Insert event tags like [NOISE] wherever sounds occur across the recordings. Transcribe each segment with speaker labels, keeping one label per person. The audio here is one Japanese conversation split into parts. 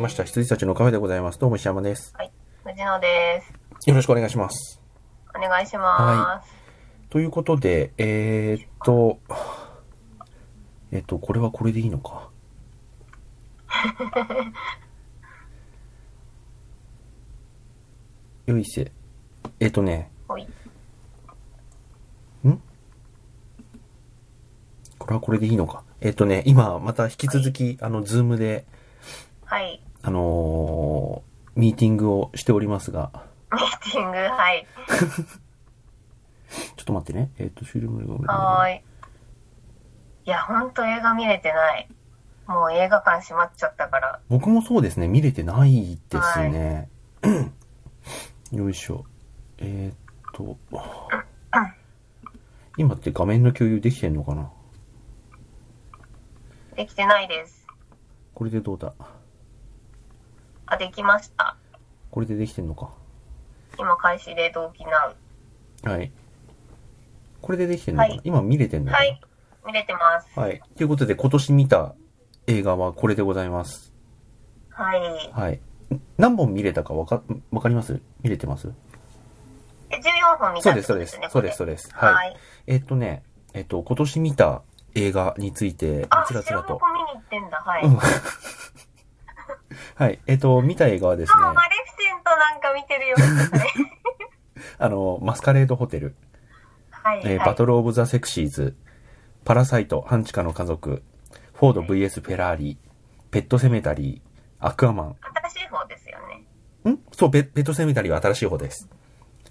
Speaker 1: ました。羊たちのカフェでございます。どうも石山です。
Speaker 2: 藤野です。
Speaker 1: よろしくお願いします。
Speaker 2: お願いします。
Speaker 1: ということで、えー、っと、えっと、これはこれでいいのか。 [LAUGHS] よいせ。えっとね、
Speaker 2: はい。
Speaker 1: これはこれでいいのか。えっとね、今、また引き続き、あの、ズームで、
Speaker 2: はい。
Speaker 1: あのーミーティングをしておりますが、
Speaker 2: ミーティング、はい。
Speaker 1: ちょっと待ってね。えっと、終了
Speaker 2: はーい。いや、ほんと映画見れてない。もう映画館閉まっちゃったから。
Speaker 1: 僕もそうですね、見れてないですね。 [COUGHS] よいしょ。えー、っと。
Speaker 2: [COUGHS]
Speaker 1: 今って画面の共有できてんのかな
Speaker 2: できてないです。
Speaker 1: これでどうだ
Speaker 2: あ、できました。
Speaker 1: これでできてんのか
Speaker 2: 今開始で同期な
Speaker 1: はい。これでできてんのかな、
Speaker 2: はい
Speaker 1: 今見れてんの
Speaker 2: う。
Speaker 1: かな
Speaker 2: はい。見れてます。
Speaker 1: はい。ということで、今年見た映画はこれでございます。
Speaker 2: はい。
Speaker 1: はい。ん何本見れたかわか、わかります見れてます
Speaker 2: え、14本見
Speaker 1: そ
Speaker 2: た
Speaker 1: うで
Speaker 2: っ
Speaker 1: す、
Speaker 2: て
Speaker 1: そ
Speaker 2: こ
Speaker 1: う
Speaker 2: と
Speaker 1: で
Speaker 2: ですすね。。
Speaker 1: そうです、
Speaker 2: こ
Speaker 1: そうです。
Speaker 2: れ
Speaker 1: はい。
Speaker 2: い。
Speaker 1: えっとね、えっと、今年見た映画について、
Speaker 2: あ、
Speaker 1: つらつら
Speaker 2: 白
Speaker 1: と
Speaker 2: 猫。見に行ってんだ。はい。
Speaker 1: うん [LAUGHS] はい。えっ、と、見た映画はですね、
Speaker 2: あ、マレフィセントなんか見て
Speaker 1: [LAUGHS]
Speaker 2: るよ。
Speaker 1: あの、マスカレードホテル、
Speaker 2: はい。
Speaker 1: えー
Speaker 2: はい
Speaker 1: バトルオブザセクシーズ、パラサイト、半地下の家族、フォード VS フェラーリ、ペットセメタリー、アクアマ
Speaker 2: 新しい方ですよね。
Speaker 1: ン。んそうペ、ペットセメタリーは新しい方です。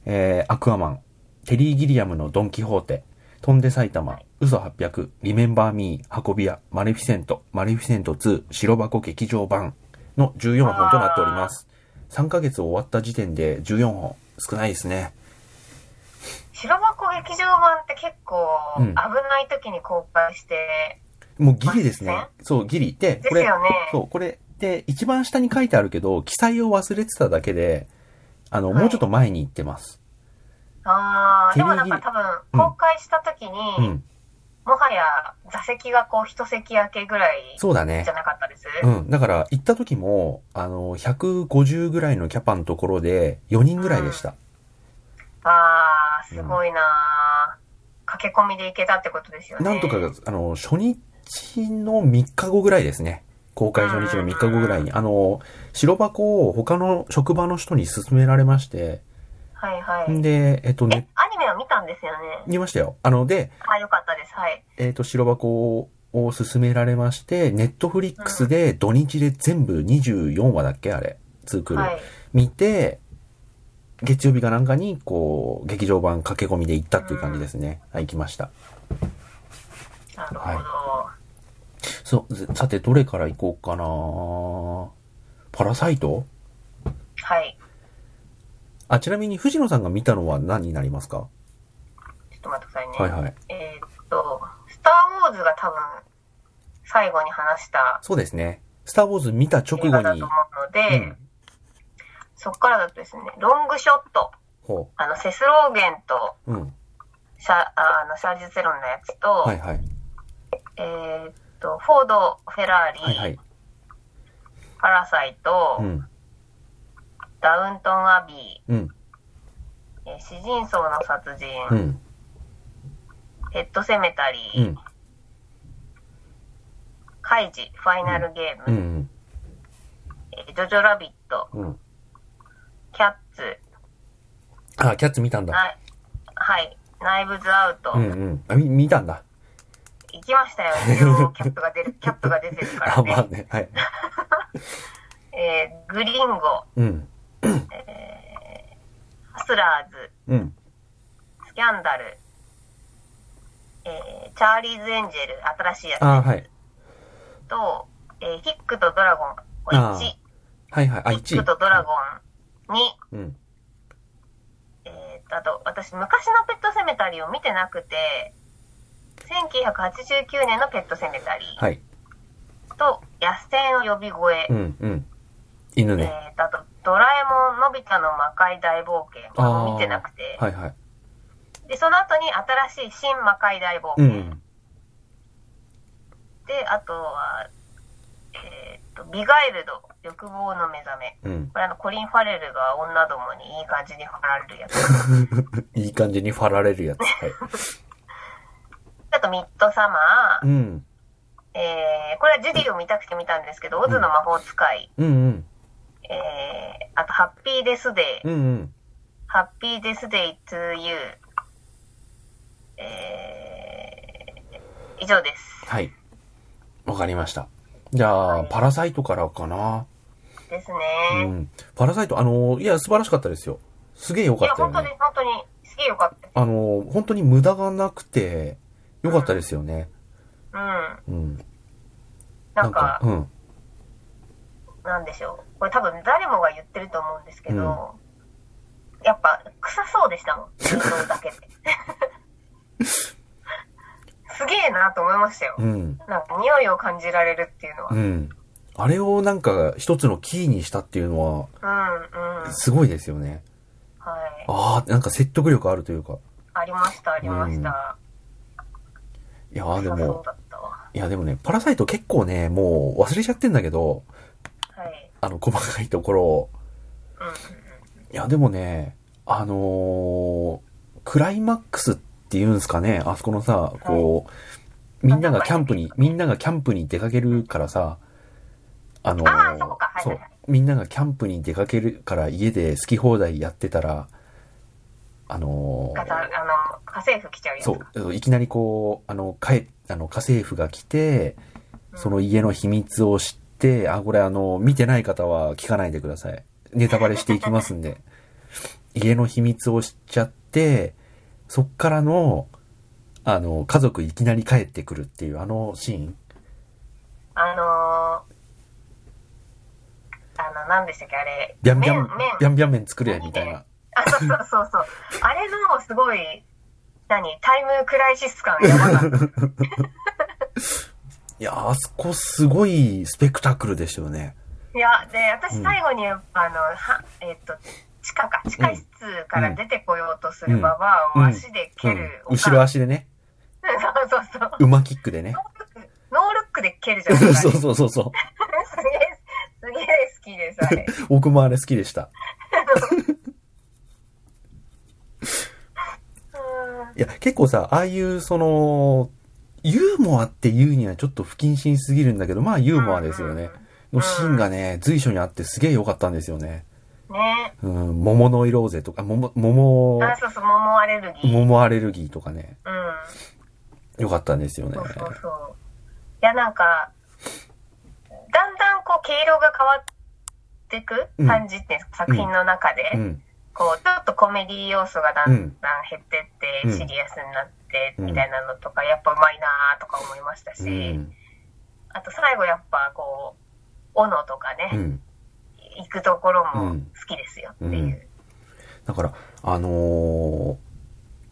Speaker 1: えー、アクアマン、テリー・ギリアムのドン・キホーテ、飛んで埼玉、嘘800、リメンバー・ミー、運び屋、マレフィセント、マレフィセント2、白箱劇場版の14本となっております。3ヶ月終わった時点で14本。少ないですね。
Speaker 2: 白箱劇場版って結構
Speaker 1: う
Speaker 2: 危
Speaker 1: ん
Speaker 2: ない時に公開して、
Speaker 1: もうギリですね
Speaker 2: ま。
Speaker 1: そう、ギリ。で、
Speaker 2: です
Speaker 1: これ、
Speaker 2: よね
Speaker 1: そう、これ、で、一番下に書いてあるけど、記載を忘れてただけで、あの、
Speaker 2: はい
Speaker 1: もうちょっと前に行ってます。
Speaker 2: ああ
Speaker 1: 手
Speaker 2: で
Speaker 1: に
Speaker 2: も
Speaker 1: ぎり
Speaker 2: なんか多
Speaker 1: うん
Speaker 2: 分公開した時に、
Speaker 1: うん。
Speaker 2: もはや座席がこう一席空けぐらい
Speaker 1: そうだね
Speaker 2: じゃ。なかったです、
Speaker 1: うん。だから、行った時も、あの、150ぐらいのキャパのところで、4人ぐらいでした。
Speaker 2: ああすごいなー、駆け込みで行けたってことですよね
Speaker 1: なんとか、あの、初日の3日後ぐらいですね。公開初日の3日後ぐらいに、あの、白箱を他の職場の人に勧められまして、
Speaker 2: はいはい、
Speaker 1: んで、えっと
Speaker 2: え
Speaker 1: ね、
Speaker 2: アニメは見たんですよね
Speaker 1: 見ましたよ。あの、で、
Speaker 2: あよかったですはい
Speaker 1: えっ、と、白箱を勧められまして、ネットフリックスで土日で全部24話だっけあれ。ツークール。
Speaker 2: はい
Speaker 1: 見て、月曜日かなんかに、こう、劇場版駆け込みで行ったっていう感じですね。はい、行きました。
Speaker 2: なるほど、
Speaker 1: そう、ずさて、どれから行こうかなパラサイト
Speaker 2: はい
Speaker 1: あ、ちなみに藤野さんが見たのは何になりますか
Speaker 2: ちょっと待ってくださいね、
Speaker 1: はいはい。
Speaker 2: えーっと「スター・ウォーズ」が多分最後に話した
Speaker 1: そうですね。スターウォーズ見た直
Speaker 2: 映画
Speaker 1: 後
Speaker 2: だ
Speaker 1: に
Speaker 2: と思、うの
Speaker 1: う
Speaker 2: で、
Speaker 1: ん。
Speaker 2: そこからだとですねロングショット
Speaker 1: ほ
Speaker 2: あのセスローゲンと
Speaker 1: う。うん。
Speaker 2: シャあのシャージュゼロンのやつと、
Speaker 1: はいはい。
Speaker 2: えーっと、フォード、フェラーリ、
Speaker 1: はいはい。
Speaker 2: パラサイト、
Speaker 1: うん。
Speaker 2: ダウントンアビ
Speaker 1: うん。
Speaker 2: ー、えー詩人層の殺人、
Speaker 1: うん。
Speaker 2: ヘッドセメタリ
Speaker 1: う
Speaker 2: ー、
Speaker 1: ん。
Speaker 2: カイジ、ファイナルゲー
Speaker 1: う
Speaker 2: ム、
Speaker 1: ん。
Speaker 2: えージョジョラビット、
Speaker 1: うん。
Speaker 2: キャッツ、
Speaker 1: あ、キャッツ見たんだ。
Speaker 2: なはい、ナイブズアウト、
Speaker 1: うんうん。あ、み見たんだ。
Speaker 2: 行きまし
Speaker 1: [LAUGHS]
Speaker 2: たよ、一応キャップが出る、キャップが出てるか
Speaker 1: あ、
Speaker 2: ら
Speaker 1: まあ
Speaker 2: ね。
Speaker 1: ね。はい。
Speaker 2: えーグリンゴ、
Speaker 1: うん。
Speaker 2: ハスラーズ、
Speaker 1: うん。
Speaker 2: スキャンダル、えーチャーリーズ・エンジェル、新しいやつ。
Speaker 1: あ、はい。
Speaker 2: と、えーヒックとドラゴン、これ
Speaker 1: あー
Speaker 2: 1、ヒ
Speaker 1: はいはい。あ、
Speaker 2: ッ
Speaker 1: 1
Speaker 2: クとドラゴン2、
Speaker 1: 位。うん。
Speaker 2: えーと、あと、私、昔のペットセメタリーを見てなくて、1989年のペットセメタリー
Speaker 1: はい。
Speaker 2: と、野生の呼び声、
Speaker 1: うんうん。犬
Speaker 2: え
Speaker 1: ね。
Speaker 2: ーと、あと、ドラえもん、のび太の魔界大冒険、これ
Speaker 1: ああ。
Speaker 2: も見てなくて、
Speaker 1: はいはい。
Speaker 2: で、その後に新しい新魔界大
Speaker 1: う
Speaker 2: 冒険、
Speaker 1: ん。
Speaker 2: で、あとは、えーと、ビガイルド、欲望の目覚め。
Speaker 1: うん。
Speaker 2: これあの、コリン・ファレルが女どもにいい感じにファられるやつ。
Speaker 1: [LAUGHS] いい感じにファられるやつ。はい。
Speaker 2: あと、ミッドサマー
Speaker 1: う。ん。
Speaker 2: えー、これはジュディを見たくて見たんですけど、オズの魔法使い。
Speaker 1: うんうん。
Speaker 2: えー、あと、ハッピーデスデー。
Speaker 1: うんうん。
Speaker 2: ハッピーデスデイトゥーユー。えー、以上です。
Speaker 1: はい。わかりました。じゃあ、パラサイトからかな。
Speaker 2: です
Speaker 1: う
Speaker 2: ね。
Speaker 1: ん。パラサイト、あの、いや、素晴らしかったですよ。すげえ良
Speaker 2: い
Speaker 1: か
Speaker 2: や、
Speaker 1: ったよ
Speaker 2: 本当に
Speaker 1: ね。、
Speaker 2: 本当に、すげえよかった。
Speaker 1: あの、本当に無駄がなくて、良かったですよね。
Speaker 2: うん。
Speaker 1: うん。
Speaker 2: なんか、
Speaker 1: うん。
Speaker 2: なんでしょう。これ多分誰もが言ってると思うんですけど、やっぱ、臭そうでしたもん。映像だけ
Speaker 1: [LAUGHS]
Speaker 2: で。すげえなと思いましたよ
Speaker 1: う。ん。
Speaker 2: なんか、匂いを感じられるっていうのは。う、
Speaker 1: うんん。あれをなんか一つのキーにしたっていうの
Speaker 2: うん、
Speaker 1: は、すごいですよね。
Speaker 2: はい。
Speaker 1: ああ、なんか説得力あるというか。
Speaker 2: ありました、ありました。
Speaker 1: いやーで
Speaker 2: 臭そう
Speaker 1: も、
Speaker 2: だったわ。
Speaker 1: いやでもね、パラサイト結構ね、もう忘れちゃってんだけど、
Speaker 2: はい。
Speaker 1: あの、細かいところを。
Speaker 2: うん、うん、
Speaker 1: いや、でもね、あのークライマックスっていうんですかね、あそこのさ、こう、みんながキャンプに、みんながキャンプに出かけるからさ、あのー
Speaker 2: あーそこかはい
Speaker 1: そ
Speaker 2: は
Speaker 1: う
Speaker 2: いはい、
Speaker 1: みんながキャンプに出かけるから家で好き放題やってたら、あのー
Speaker 2: ガタ、あの、家政婦来ちゃうやつ
Speaker 1: そ
Speaker 2: か。
Speaker 1: う、いきなりこう、あの、かえ、あの、家政婦が来て、その家の秘密を知って、あ、これあの、見てない方は聞かないでください。ネタバレしていきますん [LAUGHS] で。家の秘密を知っちゃって、そっからの、あの、家族いきなり帰ってくるっていうあのシーン。
Speaker 2: あのー、あの、何でしたっけ、あれ。
Speaker 1: ビャンビャン
Speaker 2: 麺、
Speaker 1: ビ
Speaker 2: 麺。
Speaker 1: ャンビャン麺作れ、みたいな。
Speaker 2: あ、そうそうそうそう。あれの、すごい、何タイムクライシス感や
Speaker 1: [LAUGHS]
Speaker 2: ばかった。
Speaker 1: いや、あそこすごいスペクタクルでしたよね。
Speaker 2: いや、で、私最後に、あの、は、えっと、地下か、地下室から出てこようとするババアを足で
Speaker 1: う
Speaker 2: 蹴
Speaker 1: ん
Speaker 2: る。。お
Speaker 1: 後
Speaker 2: 母
Speaker 1: ろ足でね、
Speaker 2: [LAUGHS] そうそうそう。
Speaker 1: 馬キックでね
Speaker 2: ノ。ールック、ノールックで蹴るじゃない [LAUGHS] です
Speaker 1: [LAUGHS] そ
Speaker 2: か
Speaker 1: う。そうそうそう。
Speaker 2: すげえ、すげえ好きで
Speaker 1: [LAUGHS]
Speaker 2: す、あれ。
Speaker 1: 僕もあれ好きでした。
Speaker 2: うん
Speaker 1: いや、結構さ、ああいう、その、ユーモアって言うにはちょっと不謹慎すぎるんだけど、まあユーモアですよね。のシーンがね、随所にあってすげえ良かったんですよね。
Speaker 2: ね
Speaker 1: うん、桃の色ぜとか、桃、桃、
Speaker 2: あ、そうそう、桃アレルギー。うん。
Speaker 1: 桃アレルギーとかね、良かったんですよね
Speaker 2: そ。うそうそう。いや、なんか、だんだんこう、毛色が変わってく感じっていうんですか、
Speaker 1: うん
Speaker 2: 作品の中で。
Speaker 1: うん、
Speaker 2: こう、ちょっとコメディ要素がだんだん減ってって、
Speaker 1: うん
Speaker 2: シリアスになって、みたいなのとか、やっぱうまいなーとか思いましたし、
Speaker 1: うん、
Speaker 2: あと最後やっぱこう、斧とかね、
Speaker 1: うん。
Speaker 2: 行くところ
Speaker 1: う
Speaker 2: も
Speaker 1: ん
Speaker 2: 好きですよっていう。
Speaker 1: うんだから、あのー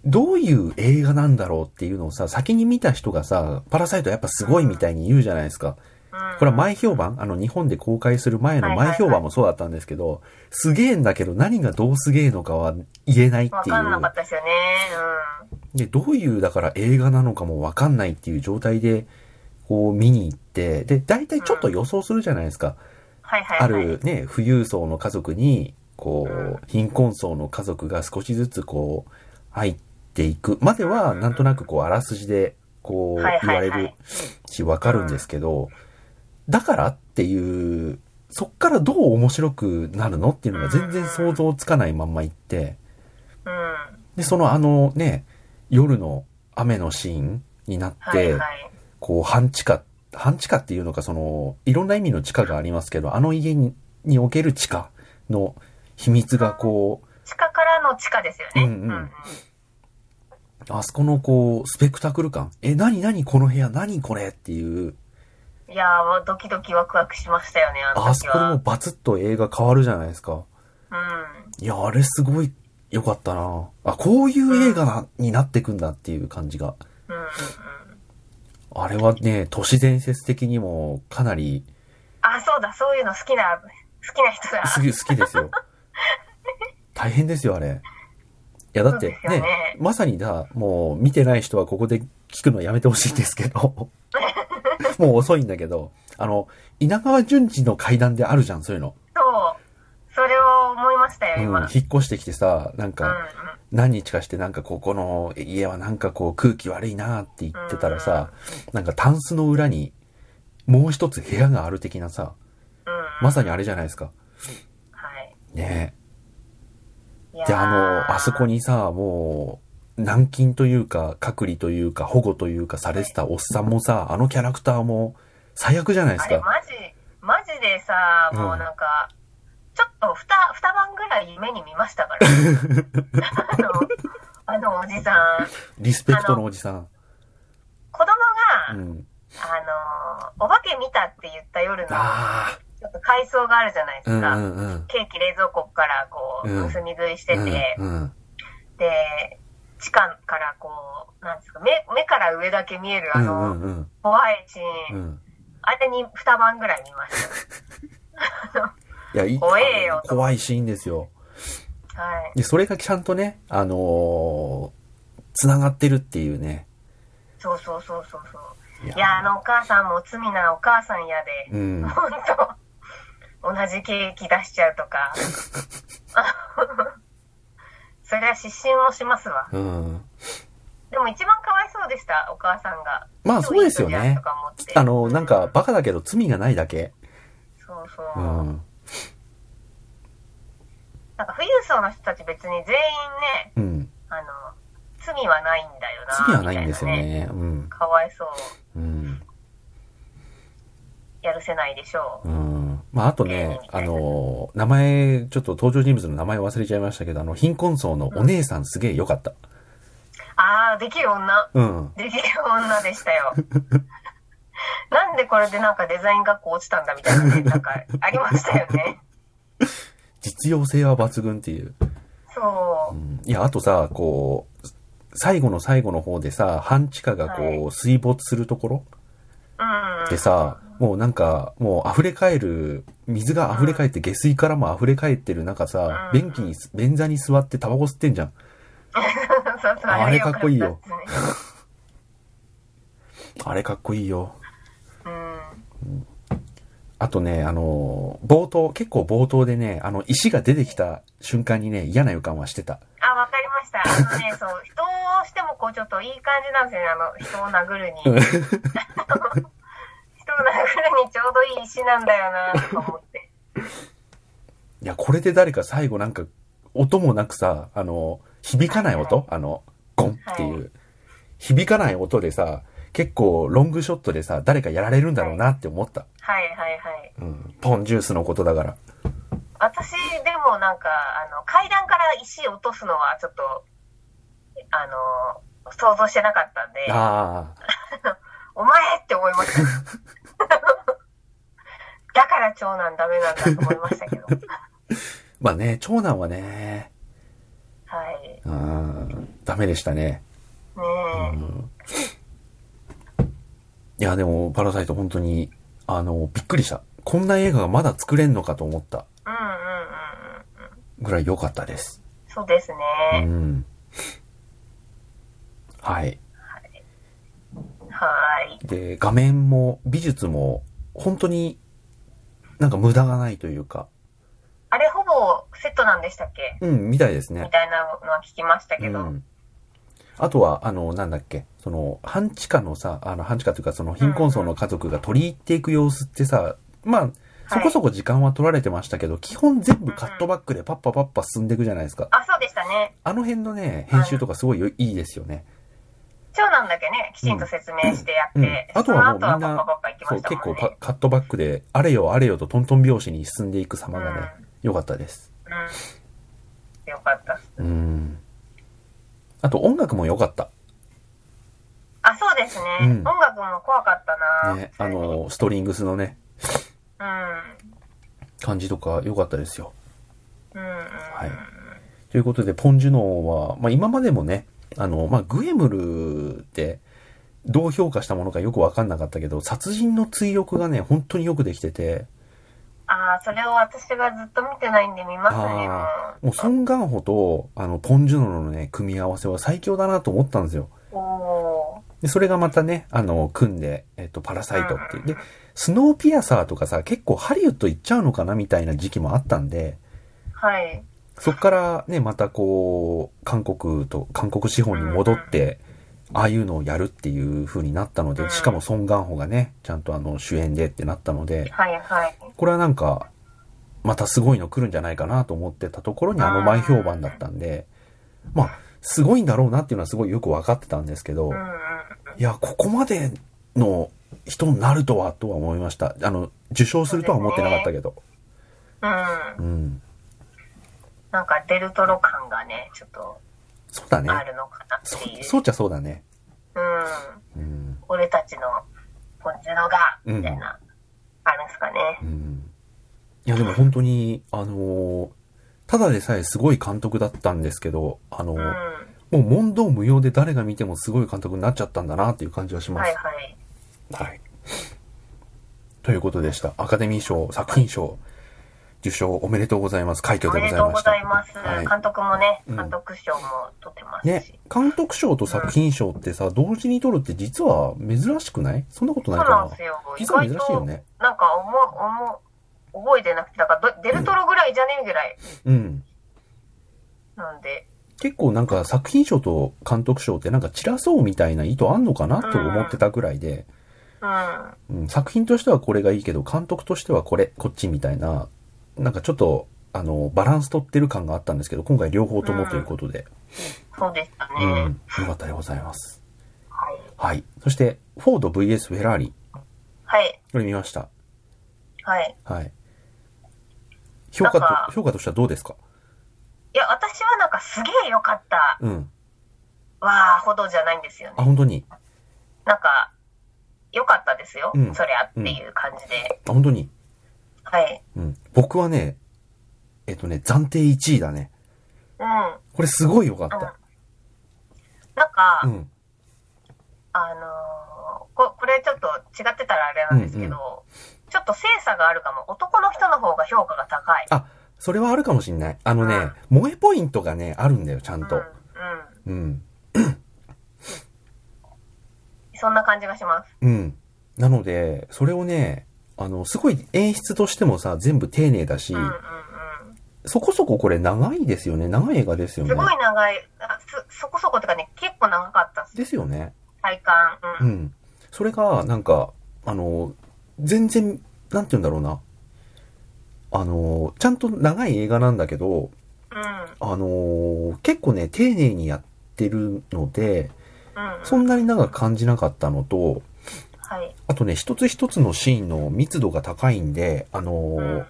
Speaker 1: どういう映画なんだろうっていうのをさ、先に見た人がさ、パラサイトやっぱすごいみたいに言うじゃないですか。
Speaker 2: うん
Speaker 1: これは前評判、あの日本で公開する前の前評判もそうだったんですけど、すげえんだけど何がどうすげえのかは言えないって
Speaker 2: わ
Speaker 1: い
Speaker 2: かんなかっ
Speaker 1: う。
Speaker 2: たですよね。うん。
Speaker 1: で、どういうだから映画なのかもわかんないっていう状態で、こう見に行って、で、大体ちょっと予想するじゃないですか。
Speaker 2: はいはいはい。
Speaker 1: あるね、富裕層の家族に、こ
Speaker 2: うん
Speaker 1: う、貧困層の家族が少しずつこう、入っていくまでは、なんとなくこう、あらすじで、こう、
Speaker 2: はいは
Speaker 1: 言
Speaker 2: い
Speaker 1: わ
Speaker 2: はい
Speaker 1: れるし、わかるんですけど、だからっていう、そっからどう面白くなるのっていうのが全然想像つかないまんまいって、
Speaker 2: うん。は
Speaker 1: で、そのあのね、夜の雨のシーンになっ
Speaker 2: い
Speaker 1: て、
Speaker 2: はい。
Speaker 1: こう、半地下、半地下っていうのか、その、いろんな意味の地下がありますけど、あの家ににおける地下の秘密がこう、
Speaker 2: 地下からの地下ですよね。
Speaker 1: うんうんあそこのこう、スペクタクル感。え、なになにこの部屋、なにこれっていう、
Speaker 2: うんいやー、ドキドキワクワクしましたよね、あの
Speaker 1: あそ
Speaker 2: 時
Speaker 1: こでも
Speaker 2: は
Speaker 1: う。バツッと映画変わるじゃないですか。
Speaker 2: うん。
Speaker 1: いや、あれすごい良かったなあ、こういう映画なになってくんだっていう感じが。
Speaker 2: うんうんうん。
Speaker 1: あれはね、都市伝説的にもかなり
Speaker 2: あ、そうだ、そういうの好きな、好きな人だ。
Speaker 1: 好き、好きですよ。大変ですよ、あれ。いや、だって
Speaker 2: そうです
Speaker 1: ね、
Speaker 2: よね
Speaker 1: まさにだ、もう
Speaker 2: [LAUGHS]
Speaker 1: 見てない人はここで聞くのやめてほしいんですけど。もう遅いんだけど、あの、稲川淳二の階段であるじゃん、そういうの。
Speaker 2: そう。それを思いましたよ、
Speaker 1: うん
Speaker 2: 今。うん、うん。
Speaker 1: 引っ越してきてさ、なんか、何日かしてなんかここの家はなんかこう空気悪いなって言ってたらさ、なんかタンスの裏にもう一つ部屋がある的なさ、
Speaker 2: うん。
Speaker 1: まさにあれじゃないですか。
Speaker 2: はい。
Speaker 1: ね
Speaker 2: いや
Speaker 1: え。で、
Speaker 2: ー
Speaker 1: あの、あそこ。にさ、もう、軟禁というか、隔離というか、保護というかされてたおっさんもさ、あのキャラクターも最悪じゃないです
Speaker 2: あれ、
Speaker 1: か。
Speaker 2: マジ、マジでさ、
Speaker 1: うん
Speaker 2: もうなんか、ちょっと二、二晩ぐらい夢に見ましたから。あの、あのおじさん、
Speaker 1: リスペクトのおじさん。
Speaker 2: 子供
Speaker 1: う
Speaker 2: が、
Speaker 1: ん。
Speaker 2: あの、お化け見たって言った夜の、
Speaker 1: ああ。
Speaker 2: ちょっと階層があるじゃないで
Speaker 1: うん
Speaker 2: す
Speaker 1: う
Speaker 2: か。
Speaker 1: んうん。
Speaker 2: ケーキ冷蔵庫からこう、
Speaker 1: うん
Speaker 2: 盗み食いしてて、
Speaker 1: うんうん。
Speaker 2: で、地下からこう、なんですか、目、目から上だけ見える
Speaker 1: う
Speaker 2: あ
Speaker 1: んう
Speaker 2: の、
Speaker 1: んうん。
Speaker 2: 怖いシ
Speaker 1: う
Speaker 2: ーン、
Speaker 1: ん。
Speaker 2: あれに二晩ぐらい見まし
Speaker 1: いや、いい
Speaker 2: 怖えよと
Speaker 1: 怖いシーンですよ。
Speaker 2: た。はい。
Speaker 1: で、それがちゃんとね、あのつながってるっていうね。
Speaker 2: そうそうそうそうそう。
Speaker 1: い
Speaker 2: いや、あのお母さんも罪なお母さんやで、
Speaker 1: うん。
Speaker 2: ほんと、同じケーキ出しちゃうと
Speaker 1: [LAUGHS]
Speaker 2: か。そりゃ失神をしますわ。
Speaker 1: うん。
Speaker 2: でも一番かわいそうでした、お母さんが。
Speaker 1: まあそうですよ
Speaker 2: 一人じゃ
Speaker 1: ね
Speaker 2: んと。か思って
Speaker 1: あの、なんか、、バカだけど罪がないだけ。
Speaker 2: そうそ
Speaker 1: う
Speaker 2: う。
Speaker 1: ん。
Speaker 2: なんか富裕層の人たち別に全員ね、
Speaker 1: うん。
Speaker 2: あの、罪はないんだよな。
Speaker 1: 罪はないんですよ
Speaker 2: みたいな
Speaker 1: ね。うん。
Speaker 2: かわいそう。
Speaker 1: うん。
Speaker 2: やるせないでしょう。
Speaker 1: うん。まああとね、あの、名前、ちょっと登場人物の名前忘れちゃいましたけど、あの、貧困層のお姉さんすげえ良かった。
Speaker 2: あー、できる女。
Speaker 1: うん。
Speaker 2: できる女でした
Speaker 1: [LAUGHS]
Speaker 2: よ。なんでこれでなんかデザイン学校落ちたんだみたいなね、なんかありました
Speaker 1: [LAUGHS]
Speaker 2: よね。
Speaker 1: 実用性は抜群っていう。
Speaker 2: そうう。
Speaker 1: んいや、あとさ、こう、最後の最後の方でさ、半地下がこ
Speaker 2: は
Speaker 1: う、水没するところ
Speaker 2: うん。
Speaker 1: でさ、もうなんか、もう溢れ返る、水が溢れ返って、下水からも溢れ返ってる中さ、
Speaker 2: うん
Speaker 1: 便器に、便座に座ってタバコ吸ってんじゃん。
Speaker 2: そう [LAUGHS] そう
Speaker 1: あれかっこいいよ
Speaker 2: よかったですね
Speaker 1: あれかっこいいよ。
Speaker 2: うん。
Speaker 1: あとね、あの、冒頭、結構冒頭でね、あの、石が出てきた瞬間にね、嫌な予感はしてた。
Speaker 2: あ、わかりました。あのね、
Speaker 1: [LAUGHS]
Speaker 2: そう、人をしてもこう、ちょっといい感じなんですよね、あの、人を殴
Speaker 1: [LAUGHS]
Speaker 2: るに。人を殴るにちょうどいい石なんだよな、とか思って。
Speaker 1: いや、これで誰か最後なんか、音もなくさ、あの、響かない音あの、ゴンっていう。響かない音でさ、結構ロングショットでさ、誰かやられるんだろうなって思った。
Speaker 2: はいはいはい。
Speaker 1: うん。ポンジュースのことだから。
Speaker 2: 私、でもなんか、あの、階段から石落とすのは、ちょっと、あの、想像してなかったんで、
Speaker 1: ああ。
Speaker 2: お前って思い
Speaker 1: [LAUGHS]
Speaker 2: ました。だから長男ダメなんだと思いましたけど。
Speaker 1: まあね、長男はね、
Speaker 2: はい。ね
Speaker 1: うん、ダメでしたね。
Speaker 2: え。
Speaker 1: うんいや、でも、パラサイト本当に、あの、びっくりした。こんな映画がまだ作れんのかと思った
Speaker 2: うんうんうんうん。
Speaker 1: ぐらい良かったです。
Speaker 2: そうですね。
Speaker 1: うん。はい。
Speaker 2: はーい。
Speaker 1: で、画面も美術も本当になんか無駄がないというか、
Speaker 2: あれほぼセットなんでしたっけ
Speaker 1: うん、みたいです
Speaker 2: み
Speaker 1: ね。
Speaker 2: たいなのは聞きました
Speaker 1: う
Speaker 2: けど。
Speaker 1: ん。あとは、あの、なんだっけ、その、半地下のさ、あの、半地下というか、その貧困層の家族が取り入っていく様子ってさ、まあ、そこそこ時間は取られてましたけど、基本全部カットバックでパッパパッパ進んでいくじゃないですか。
Speaker 2: あ、そうでしたね。
Speaker 1: あの辺のね、編集とかすごいよいいですよね。
Speaker 2: 長男だけね、きちんと説明してやって、
Speaker 1: うんあとはもうみんな
Speaker 2: その後はパッパパッパ行きま
Speaker 1: そう、
Speaker 2: した
Speaker 1: 結
Speaker 2: も
Speaker 1: 構
Speaker 2: んね。
Speaker 1: パカットバックで、あれよあれよとトントン拍子に進んでいく様がね、良かったです。
Speaker 2: うん。よかった。
Speaker 1: うん。あと音楽も良かった。
Speaker 2: あ、そうですね。
Speaker 1: うん
Speaker 2: 音楽も怖かったな、
Speaker 1: ね、
Speaker 2: 普
Speaker 1: あ
Speaker 2: 通に
Speaker 1: の、ストリングスのね、感じとか良かったですよ。
Speaker 2: うん。うん、うん。
Speaker 1: はい。ということで、ポン・ジュノーは、まあ、今までもね、あの、まあ、グエムルって、どう評価したものかよくわかんなかったけど、殺人の追憶がね、本当によくできてて、
Speaker 2: ああ、それを私がずっと見てないんで見ますね、も
Speaker 1: あもうソン・ガンホと、あの、ポン・ジュノーのね、組み合わせは最強だなと思ったんですよ。
Speaker 2: う。お
Speaker 1: で、それがまたね、あの、組んで、えっと、パラサイトっていう。で、スノーピアサーとかさ、結構ハリウッド行っちゃうのかなみたいな時期もあったんで、
Speaker 2: はい。
Speaker 1: そっからね、またこう、韓国と、韓国資本に戻って、ああいうのをやるっていう風になったので、しかもソン・ガンホがね、ちゃんとあの、主演でってなったので、
Speaker 2: はい、はい。
Speaker 1: これはなんか、またすごいの来るんじゃないかなと思ってたところにあの前評判だったんで、まあ、すごいんだろうなっていうのはすごいよく分かってたんですけど
Speaker 2: うん、うん。
Speaker 1: いや、ここまでの人になるとは、とは思いました。あの、受賞するとは思ってなかったけど。う
Speaker 2: うん。
Speaker 1: ん。
Speaker 2: なんか、デルトロ感がね、ちょっと、
Speaker 1: そうだね。
Speaker 2: あるのかな
Speaker 1: そ
Speaker 2: っていう。、
Speaker 1: そうっちゃそうだね。
Speaker 2: うん。
Speaker 1: うん。
Speaker 2: 俺たちの、こっちのが、みたいな、あるんすかね
Speaker 1: う。ん。いや、でも本当に、あのーただでさえすごい監督だったんですけど、あのー
Speaker 2: うん。
Speaker 1: もう問答無用で誰が見てもすごい監督になっちゃったんだなっていう感じはしま
Speaker 2: はい
Speaker 1: す。
Speaker 2: はい。
Speaker 1: はい。ということでした。アカデミー賞、作品賞、受賞おめでとうございます。快挙
Speaker 2: お
Speaker 1: で
Speaker 2: め
Speaker 1: ご
Speaker 2: で
Speaker 1: ざい
Speaker 2: とう
Speaker 1: ま
Speaker 2: ご
Speaker 1: した。
Speaker 2: ざいます。
Speaker 1: はい
Speaker 2: 監督もね、
Speaker 1: うん
Speaker 2: 監督賞も取ってますし。
Speaker 1: ね、監督賞と作品賞ってさ、同時に取るって実は珍しくないそんなこと
Speaker 2: そう
Speaker 1: ない
Speaker 2: なん
Speaker 1: か
Speaker 2: ですよ。
Speaker 1: な
Speaker 2: 意
Speaker 1: 実は
Speaker 2: 外
Speaker 1: 珍しいよ
Speaker 2: と、
Speaker 1: ね。
Speaker 2: なんか思う、思う、覚えてなくて、だからど、デルトロぐらいじゃねえぐらい。
Speaker 1: うん。
Speaker 2: なんで、
Speaker 1: 結構なんか作品賞と監督賞ってなんか散らそうみたいな意図あんのかなと思ってたぐらいで、
Speaker 2: うん。は
Speaker 1: うん、作品としてはこれがいいけど、監督としてはこれ、こっちみたいな、なんかちょっと、あの、バランス取ってる感があったんですけど、今回両方ともということで、
Speaker 2: いそうでしたね。
Speaker 1: うん、よかったでございます。
Speaker 2: はい。
Speaker 1: はい。そして、フォード VS フェラーリ、
Speaker 2: はい。
Speaker 1: これ見ました。
Speaker 2: はい。
Speaker 1: はい。評価
Speaker 2: なんか
Speaker 1: と、評価としてはどうですか
Speaker 2: いや、私はなんかすげえ良かった
Speaker 1: うん。
Speaker 2: わーほどじゃないんですよね
Speaker 1: あ、。本当に。
Speaker 2: なんか、良かったですよ。
Speaker 1: うん
Speaker 2: そりゃっていう感じで。
Speaker 1: あ、本当に。
Speaker 2: はい。
Speaker 1: うん。僕はね、えっとね、暫定1位だね。
Speaker 2: うん。な
Speaker 1: これすごい良かった。
Speaker 2: んか、
Speaker 1: うん。
Speaker 2: あのーこ、これちょっと違ってたらあれなんですけど、
Speaker 1: うんう
Speaker 2: ちょっと精査があるかも。男の人の方が評価が高い。
Speaker 1: あ、それはあるかもしんない。あのね、萌えポイントがね、あるんだよ、ちゃん
Speaker 2: うん。う
Speaker 1: と
Speaker 2: ん。。
Speaker 1: うん。
Speaker 2: そんな感じがします。
Speaker 1: うん。なので、それをね、あの、すごい演出としてもさ、全部丁寧だし
Speaker 2: うん、うんうん。
Speaker 1: そこそここれ長いですよね。長い映画ですよね
Speaker 2: す。ごい長い、あすそこそこってかね、結構長かったっす
Speaker 1: ですよね。
Speaker 2: 体感。う。
Speaker 1: うんん。それが、なんか、あの、全然、なんて言うんだろうな。あの、ちゃんと長い映画なんだけど、
Speaker 2: うん。うん。
Speaker 1: あのー結構ね、丁寧にやってるので、
Speaker 2: うん、
Speaker 1: そんなに長く感じなかったのと、
Speaker 2: はい。
Speaker 1: あとね、一つ一つのシーンの密度が高いんで、あのー
Speaker 2: うん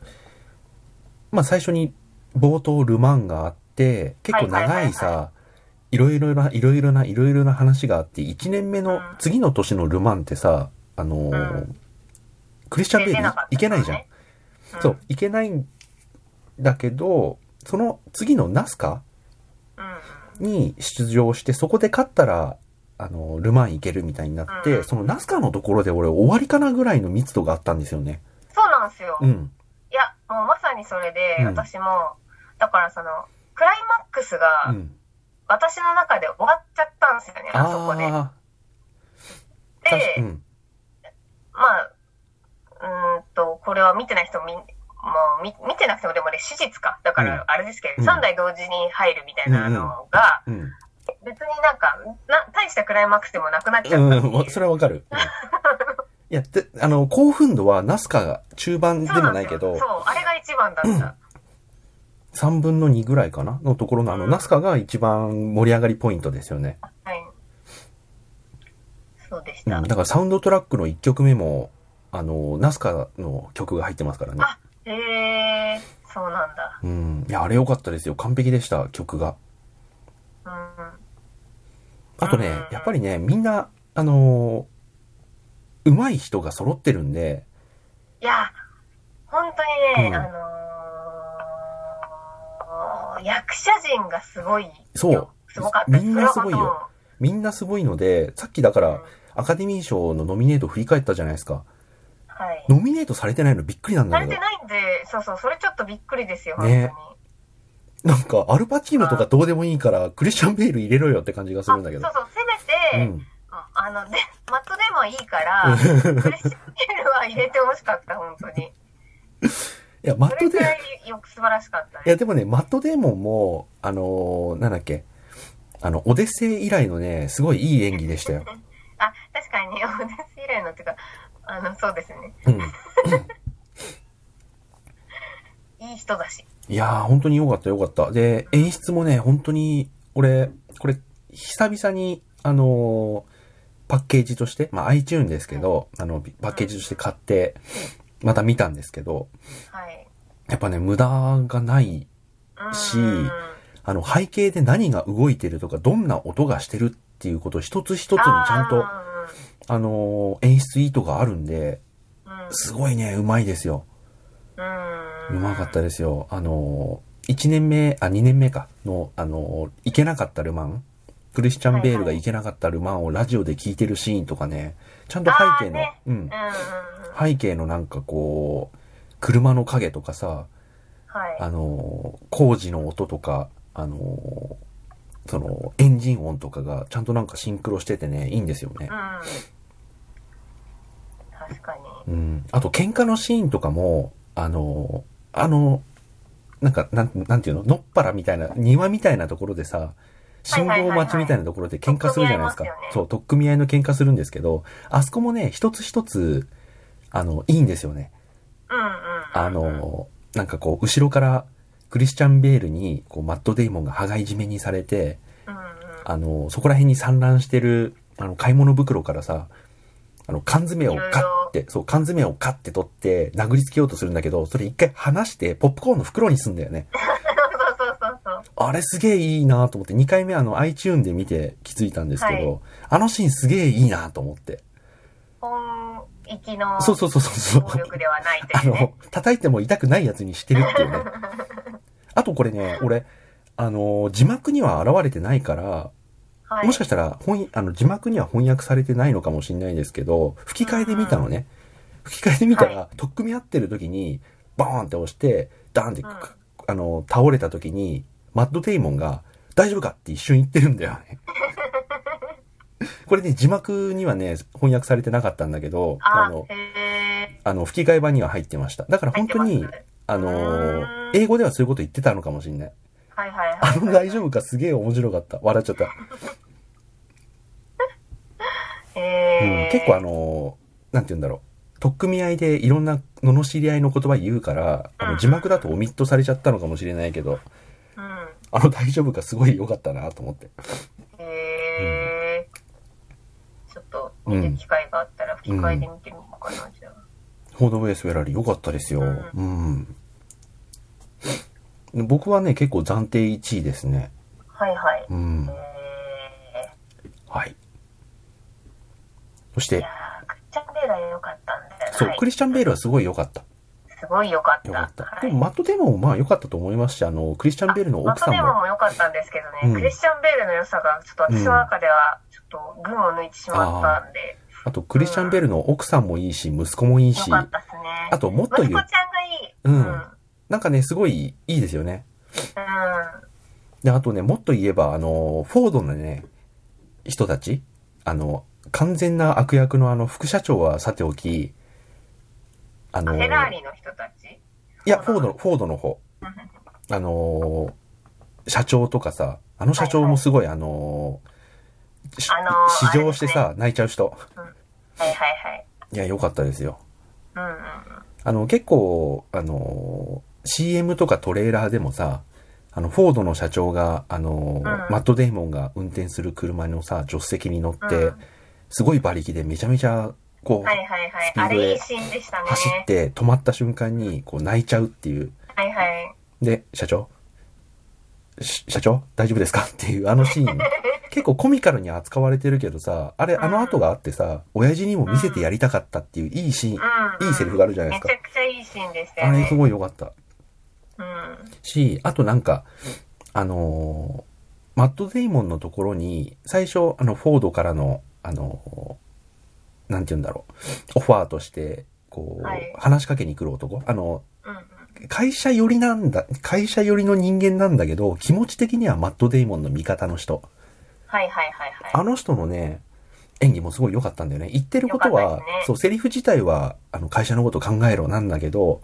Speaker 1: まあ、最初に冒頭ルマンがあって、結構長い
Speaker 2: はいはい
Speaker 1: さ、いろいろな、いろいろな、いろいろな話があって、1年目
Speaker 2: うん
Speaker 1: の、次の年のルマンってさ、あのー
Speaker 2: う
Speaker 1: クリスチャン・ベー
Speaker 2: 出て
Speaker 1: ル
Speaker 2: なかった
Speaker 1: いけないじゃん。
Speaker 2: うん
Speaker 1: そう、いけないんだけど、その次のナスカ
Speaker 2: うん。
Speaker 1: に出場して、そこで勝ったら、あの、ルマン行けるみたいになって、
Speaker 2: うん
Speaker 1: そのナスカのところで俺終わりかなぐらいの密度があったんですよね。
Speaker 2: そうなんですよ。
Speaker 1: うん。
Speaker 2: いや、もうまさにそれで、
Speaker 1: うん
Speaker 2: 私も、だからその、クライマックス
Speaker 1: う
Speaker 2: が、
Speaker 1: ん。
Speaker 2: 私の中で終わっちゃったんですよね、あそこで。
Speaker 1: あー確か
Speaker 2: で、
Speaker 1: うん。
Speaker 2: まあ、うーんと、これは見てない人み、もう見見てなくても、でもね、史実か。だか
Speaker 1: うん
Speaker 2: ら、あれですけど、
Speaker 1: うん
Speaker 2: 3台同時に入るみたいなのが、
Speaker 1: うん。
Speaker 2: 別になんかな、大したクライマックスでもなくなっちゃったっていう。
Speaker 1: うん、それはわかる。うんいや、で、あの、興奮度はナスカが中盤で
Speaker 2: そう
Speaker 1: も
Speaker 2: なん
Speaker 1: な
Speaker 2: です
Speaker 1: いけ
Speaker 2: よ
Speaker 1: ど、
Speaker 2: そう、あれが一番だった。
Speaker 1: 3分の2ぐらいかなのところのあの、
Speaker 2: うん
Speaker 1: ナスカが一番盛り上がりポイントですよね。
Speaker 2: はい。そうでし
Speaker 1: う
Speaker 2: た。
Speaker 1: ん。だからサウンドトラックの1曲目も、あの、ナスカの曲が入ってますからね。
Speaker 2: あへえー、そうなんだ。
Speaker 1: うん。いや、あれ良かったですよ。完璧でした、曲が。
Speaker 2: うん。
Speaker 1: あとね
Speaker 2: うん、
Speaker 1: やっぱりね、みんな、あのー上手い人が揃ってるんで、
Speaker 2: いや、本当にね、
Speaker 1: うん
Speaker 2: あのー、役者陣がすごいよ。
Speaker 1: そう
Speaker 2: すごかったです。
Speaker 1: みんなすごいよ
Speaker 2: それは
Speaker 1: みんなすごいので、さっきだか
Speaker 2: 本当
Speaker 1: ら、アカデミー賞のノミネート振り返ったじゃないですか。
Speaker 2: はい。
Speaker 1: ノミネートされてないのびっくりなん
Speaker 2: さ
Speaker 1: だ
Speaker 2: れ
Speaker 1: け
Speaker 2: て
Speaker 1: ど。
Speaker 2: ないんで、そうそう、それちょっとびっくりですよ、本当に。
Speaker 1: ねなんか、アルパチーノとかどうでもいいから、クリスチャン・ベール入れろよって感じがす
Speaker 2: あ
Speaker 1: るんだけど
Speaker 2: そう。そう、せめて、
Speaker 1: うん。
Speaker 2: ああの、で、マットでもいいから、フレッシュネルは入れてほしかった、本当に。
Speaker 1: いや、マ
Speaker 2: そ
Speaker 1: ッ
Speaker 2: れ
Speaker 1: ト
Speaker 2: く
Speaker 1: デ
Speaker 2: ら
Speaker 1: ー、
Speaker 2: いよく素晴らしかった
Speaker 1: いや、
Speaker 2: ね。
Speaker 1: でもね、マットデーモンも、あのーなんだっけ、あの、オデッセイ以来のね、すごいいい演技でしたよ。
Speaker 2: あ、確かに、オーデス以来のっていうか、あの、そうですね。
Speaker 1: うん。
Speaker 2: いい人だし。
Speaker 1: いやー、本当に良かった、良かった。で、演出もね、本当に、俺、これ、久々に、あのーパッケージとして、まあ、iTune ですけど、あの、パッケージとして買って、また見たんですけど、
Speaker 2: はい。
Speaker 1: やっぱね、無駄がない、
Speaker 2: うーん。
Speaker 1: しあの、背景で何が動いてるとか、どんな音がしてるっていうこと一つ一つにちゃんと、あ
Speaker 2: あ
Speaker 1: のー演出意図があるんで、
Speaker 2: ー
Speaker 1: すごいね、うまいですよ。
Speaker 2: うん。う。
Speaker 1: うんまかったですよ。あのー、1年目、あ、2年目か、の、あのー、行けなかったルマン。クリスチャン・ベールが行けなかったルマンをラジオで聞いてるシーンとかね、ちゃんと背景の、
Speaker 2: あーね
Speaker 1: うん
Speaker 2: う、んうんうん。
Speaker 1: 背景のなんかこう、車の影とかさ、
Speaker 2: はい。
Speaker 1: あのー、工事の音とか、あのー、その、エンジン音とかがちゃんとなんかシンクロしててね、いいんですよね。
Speaker 2: うん。確かに。
Speaker 1: うん。あと、喧嘩のシーンとかも、あのー、あの、なんか、なん、なんていうののっぱらみたいな、庭みたいなところでさ、信号待ちみたいなところで喧嘩するじゃないですか。
Speaker 2: はいはいはいはい
Speaker 1: そう、取っ組み合いの喧嘩するんですけど、あそこもね、一つ一つ、あの、いいんですよね。
Speaker 2: うんうん。
Speaker 1: あのー、なんかこう、後ろから、クリスチャン・ベールに、こう、マット・デイモンが羽交い締めにされて、
Speaker 2: うんうん。
Speaker 1: あのー、そこら辺に散乱してる、あの、買い物袋からさ、あの、缶詰をカッて、そう、缶詰をカッて取って、殴りつけようとするんだけど、それ一回離して、ポップコーンの袋にすんだよね。
Speaker 2: そうそうそうそう。
Speaker 1: あれすげえいいなと思って、2回目あの、iTune で見て気づいたんですけど、
Speaker 2: は
Speaker 1: あのシーンすげえいいなと思って。
Speaker 2: 本域の
Speaker 1: そうそうそうそう
Speaker 2: 能
Speaker 1: そう。
Speaker 2: 力ではないと
Speaker 1: あ
Speaker 2: いうね
Speaker 1: の。、叩いても痛くないやつにしてるっていうね。あとこれね、俺、あの、字幕には現れてないから、
Speaker 2: はい。
Speaker 1: もしかしたら翻あの字幕には翻訳されてないのかもしれないですけど、吹き替えで見たのね。吹き替えで見たら、とっくみ合ってる時に、バーンって押して、ダーンって、
Speaker 2: うん
Speaker 1: あの、倒れた時に、マッド・デイモンが、大丈夫かって一瞬言ってるんだよね。これね、字幕にはね、翻訳されてなかったんだけど、
Speaker 2: あ
Speaker 1: の、、
Speaker 2: へ
Speaker 1: あの、吹き替え版には入ってました。だから本当
Speaker 2: 入っ
Speaker 1: に
Speaker 2: てます、
Speaker 1: あの
Speaker 2: う
Speaker 1: ー
Speaker 2: ーん
Speaker 1: 英語ではそういうこと言ってたのかもしれない。
Speaker 2: ーはいはいはい。
Speaker 1: あの大丈夫かすげえ面白かった。笑っちゃった。うん
Speaker 2: えー、
Speaker 1: 結構あのーなんて言うんだろう。取っ組み合いでいろんな罵り合いの言葉言うから、あ
Speaker 2: う
Speaker 1: の
Speaker 2: ん
Speaker 1: 字幕だとオミットされちゃったのかもしれないけど、
Speaker 2: うん。
Speaker 1: あの大丈夫かすごい良かったなと思って。
Speaker 2: えー、ちょっと見る機会があったら吹き替えで見てみようかな、じゃあ。
Speaker 1: フォードウェイスウェラリー良かったですよ。
Speaker 2: う
Speaker 1: うん。僕はね、結構暫定1位ですね。
Speaker 2: はいはい。
Speaker 1: うん
Speaker 2: え。ー
Speaker 1: はい。そし
Speaker 2: い
Speaker 1: て
Speaker 2: や、ー、クッチャンベイが良かったんだよ
Speaker 1: そう
Speaker 2: は、い
Speaker 1: クリスチャン・ベールはすごい良かった。
Speaker 2: すごい良かった。
Speaker 1: 良かった。
Speaker 2: はい
Speaker 1: でも、マット・デイモンもまあ良かったと思いますし、あの、クリスチャン・ベールの
Speaker 2: マ
Speaker 1: 奥さ
Speaker 2: ット
Speaker 1: ん
Speaker 2: デーモン
Speaker 1: も。
Speaker 2: も良かったんですけど
Speaker 1: う
Speaker 2: ね、
Speaker 1: ん
Speaker 2: クリスチャン・ベールの良さが、ちょっと私の中では、ちょっと群を抜いてしまったんで、
Speaker 1: あと、クリスチャン・ベールの奥さんもいいし、息子もいい
Speaker 2: 良
Speaker 1: し、
Speaker 2: かったですね。
Speaker 1: あと、もっと言
Speaker 2: 息
Speaker 1: う
Speaker 2: 子ちゃんがいい。
Speaker 1: うん
Speaker 2: うん。
Speaker 1: なんかね、すごいいいですよね。
Speaker 2: う
Speaker 1: で、あとね、もっと言えば、あの、フォードのね、人たち、あの、完全な悪役のあの、副社長はさておき、あの、
Speaker 2: ん。フェラーリの人たち
Speaker 1: いや、フォード、フォードの方。
Speaker 2: うんうん
Speaker 1: あのー社長とかさ、あの社長もすごい、あのーし
Speaker 2: あのー
Speaker 1: 試乗してさ、泣いちゃう人。
Speaker 2: はいはいはい。
Speaker 1: いや、良かったですよ。
Speaker 2: うんうん
Speaker 1: あの、結構、あのー CM とかトレーラーでもさ、あの、フォードの社長が、あのー
Speaker 2: うん
Speaker 1: マット・デイモンが運転する車のさ、助手席に乗って、
Speaker 2: うん
Speaker 1: すごい馬力でめちゃめちゃ、こ
Speaker 2: うん。
Speaker 1: う、
Speaker 2: はいはいはい
Speaker 1: ス。ピー
Speaker 2: あ
Speaker 1: ドで
Speaker 2: れいいシーンでしたね。
Speaker 1: 走って止まった瞬間に、こう、泣いちゃうっていう。
Speaker 2: はいはい。
Speaker 1: で、社長し社長大丈夫ですかっていうあのシー
Speaker 2: [LAUGHS]
Speaker 1: ン。結構コミカルに扱われてるけどさ、あれ、あの後があってさ、親父にも見せてやりたかったっていういいシーン、
Speaker 2: うん、うん。
Speaker 1: いいセリフがあるじゃないで
Speaker 2: め
Speaker 1: すか
Speaker 2: ちゃ。くちゃいいシーンでした
Speaker 1: あ
Speaker 2: よ
Speaker 1: れす
Speaker 2: ね。
Speaker 1: ごい良かった。
Speaker 2: うん。
Speaker 1: し、あとなんか、あのーマット・デイモンのところに、最初、あの、フォードからの、あのーなんて言うんだろう、オファーとして、こう、
Speaker 2: はい
Speaker 1: 話しかけに来る男。あの、
Speaker 2: うんうん。
Speaker 1: 会社寄りなんだ、会社寄りの人間なんだけど、気持ち的にはマット・デイモンの味方の人。
Speaker 2: はいはいはいはい。
Speaker 1: あの人のね、演技もすごい良かったんだよね。言ってること
Speaker 2: 良か
Speaker 1: は、
Speaker 2: ったですね
Speaker 1: そう、セリフ自体は、あの、会社のこと考えろなんだけど、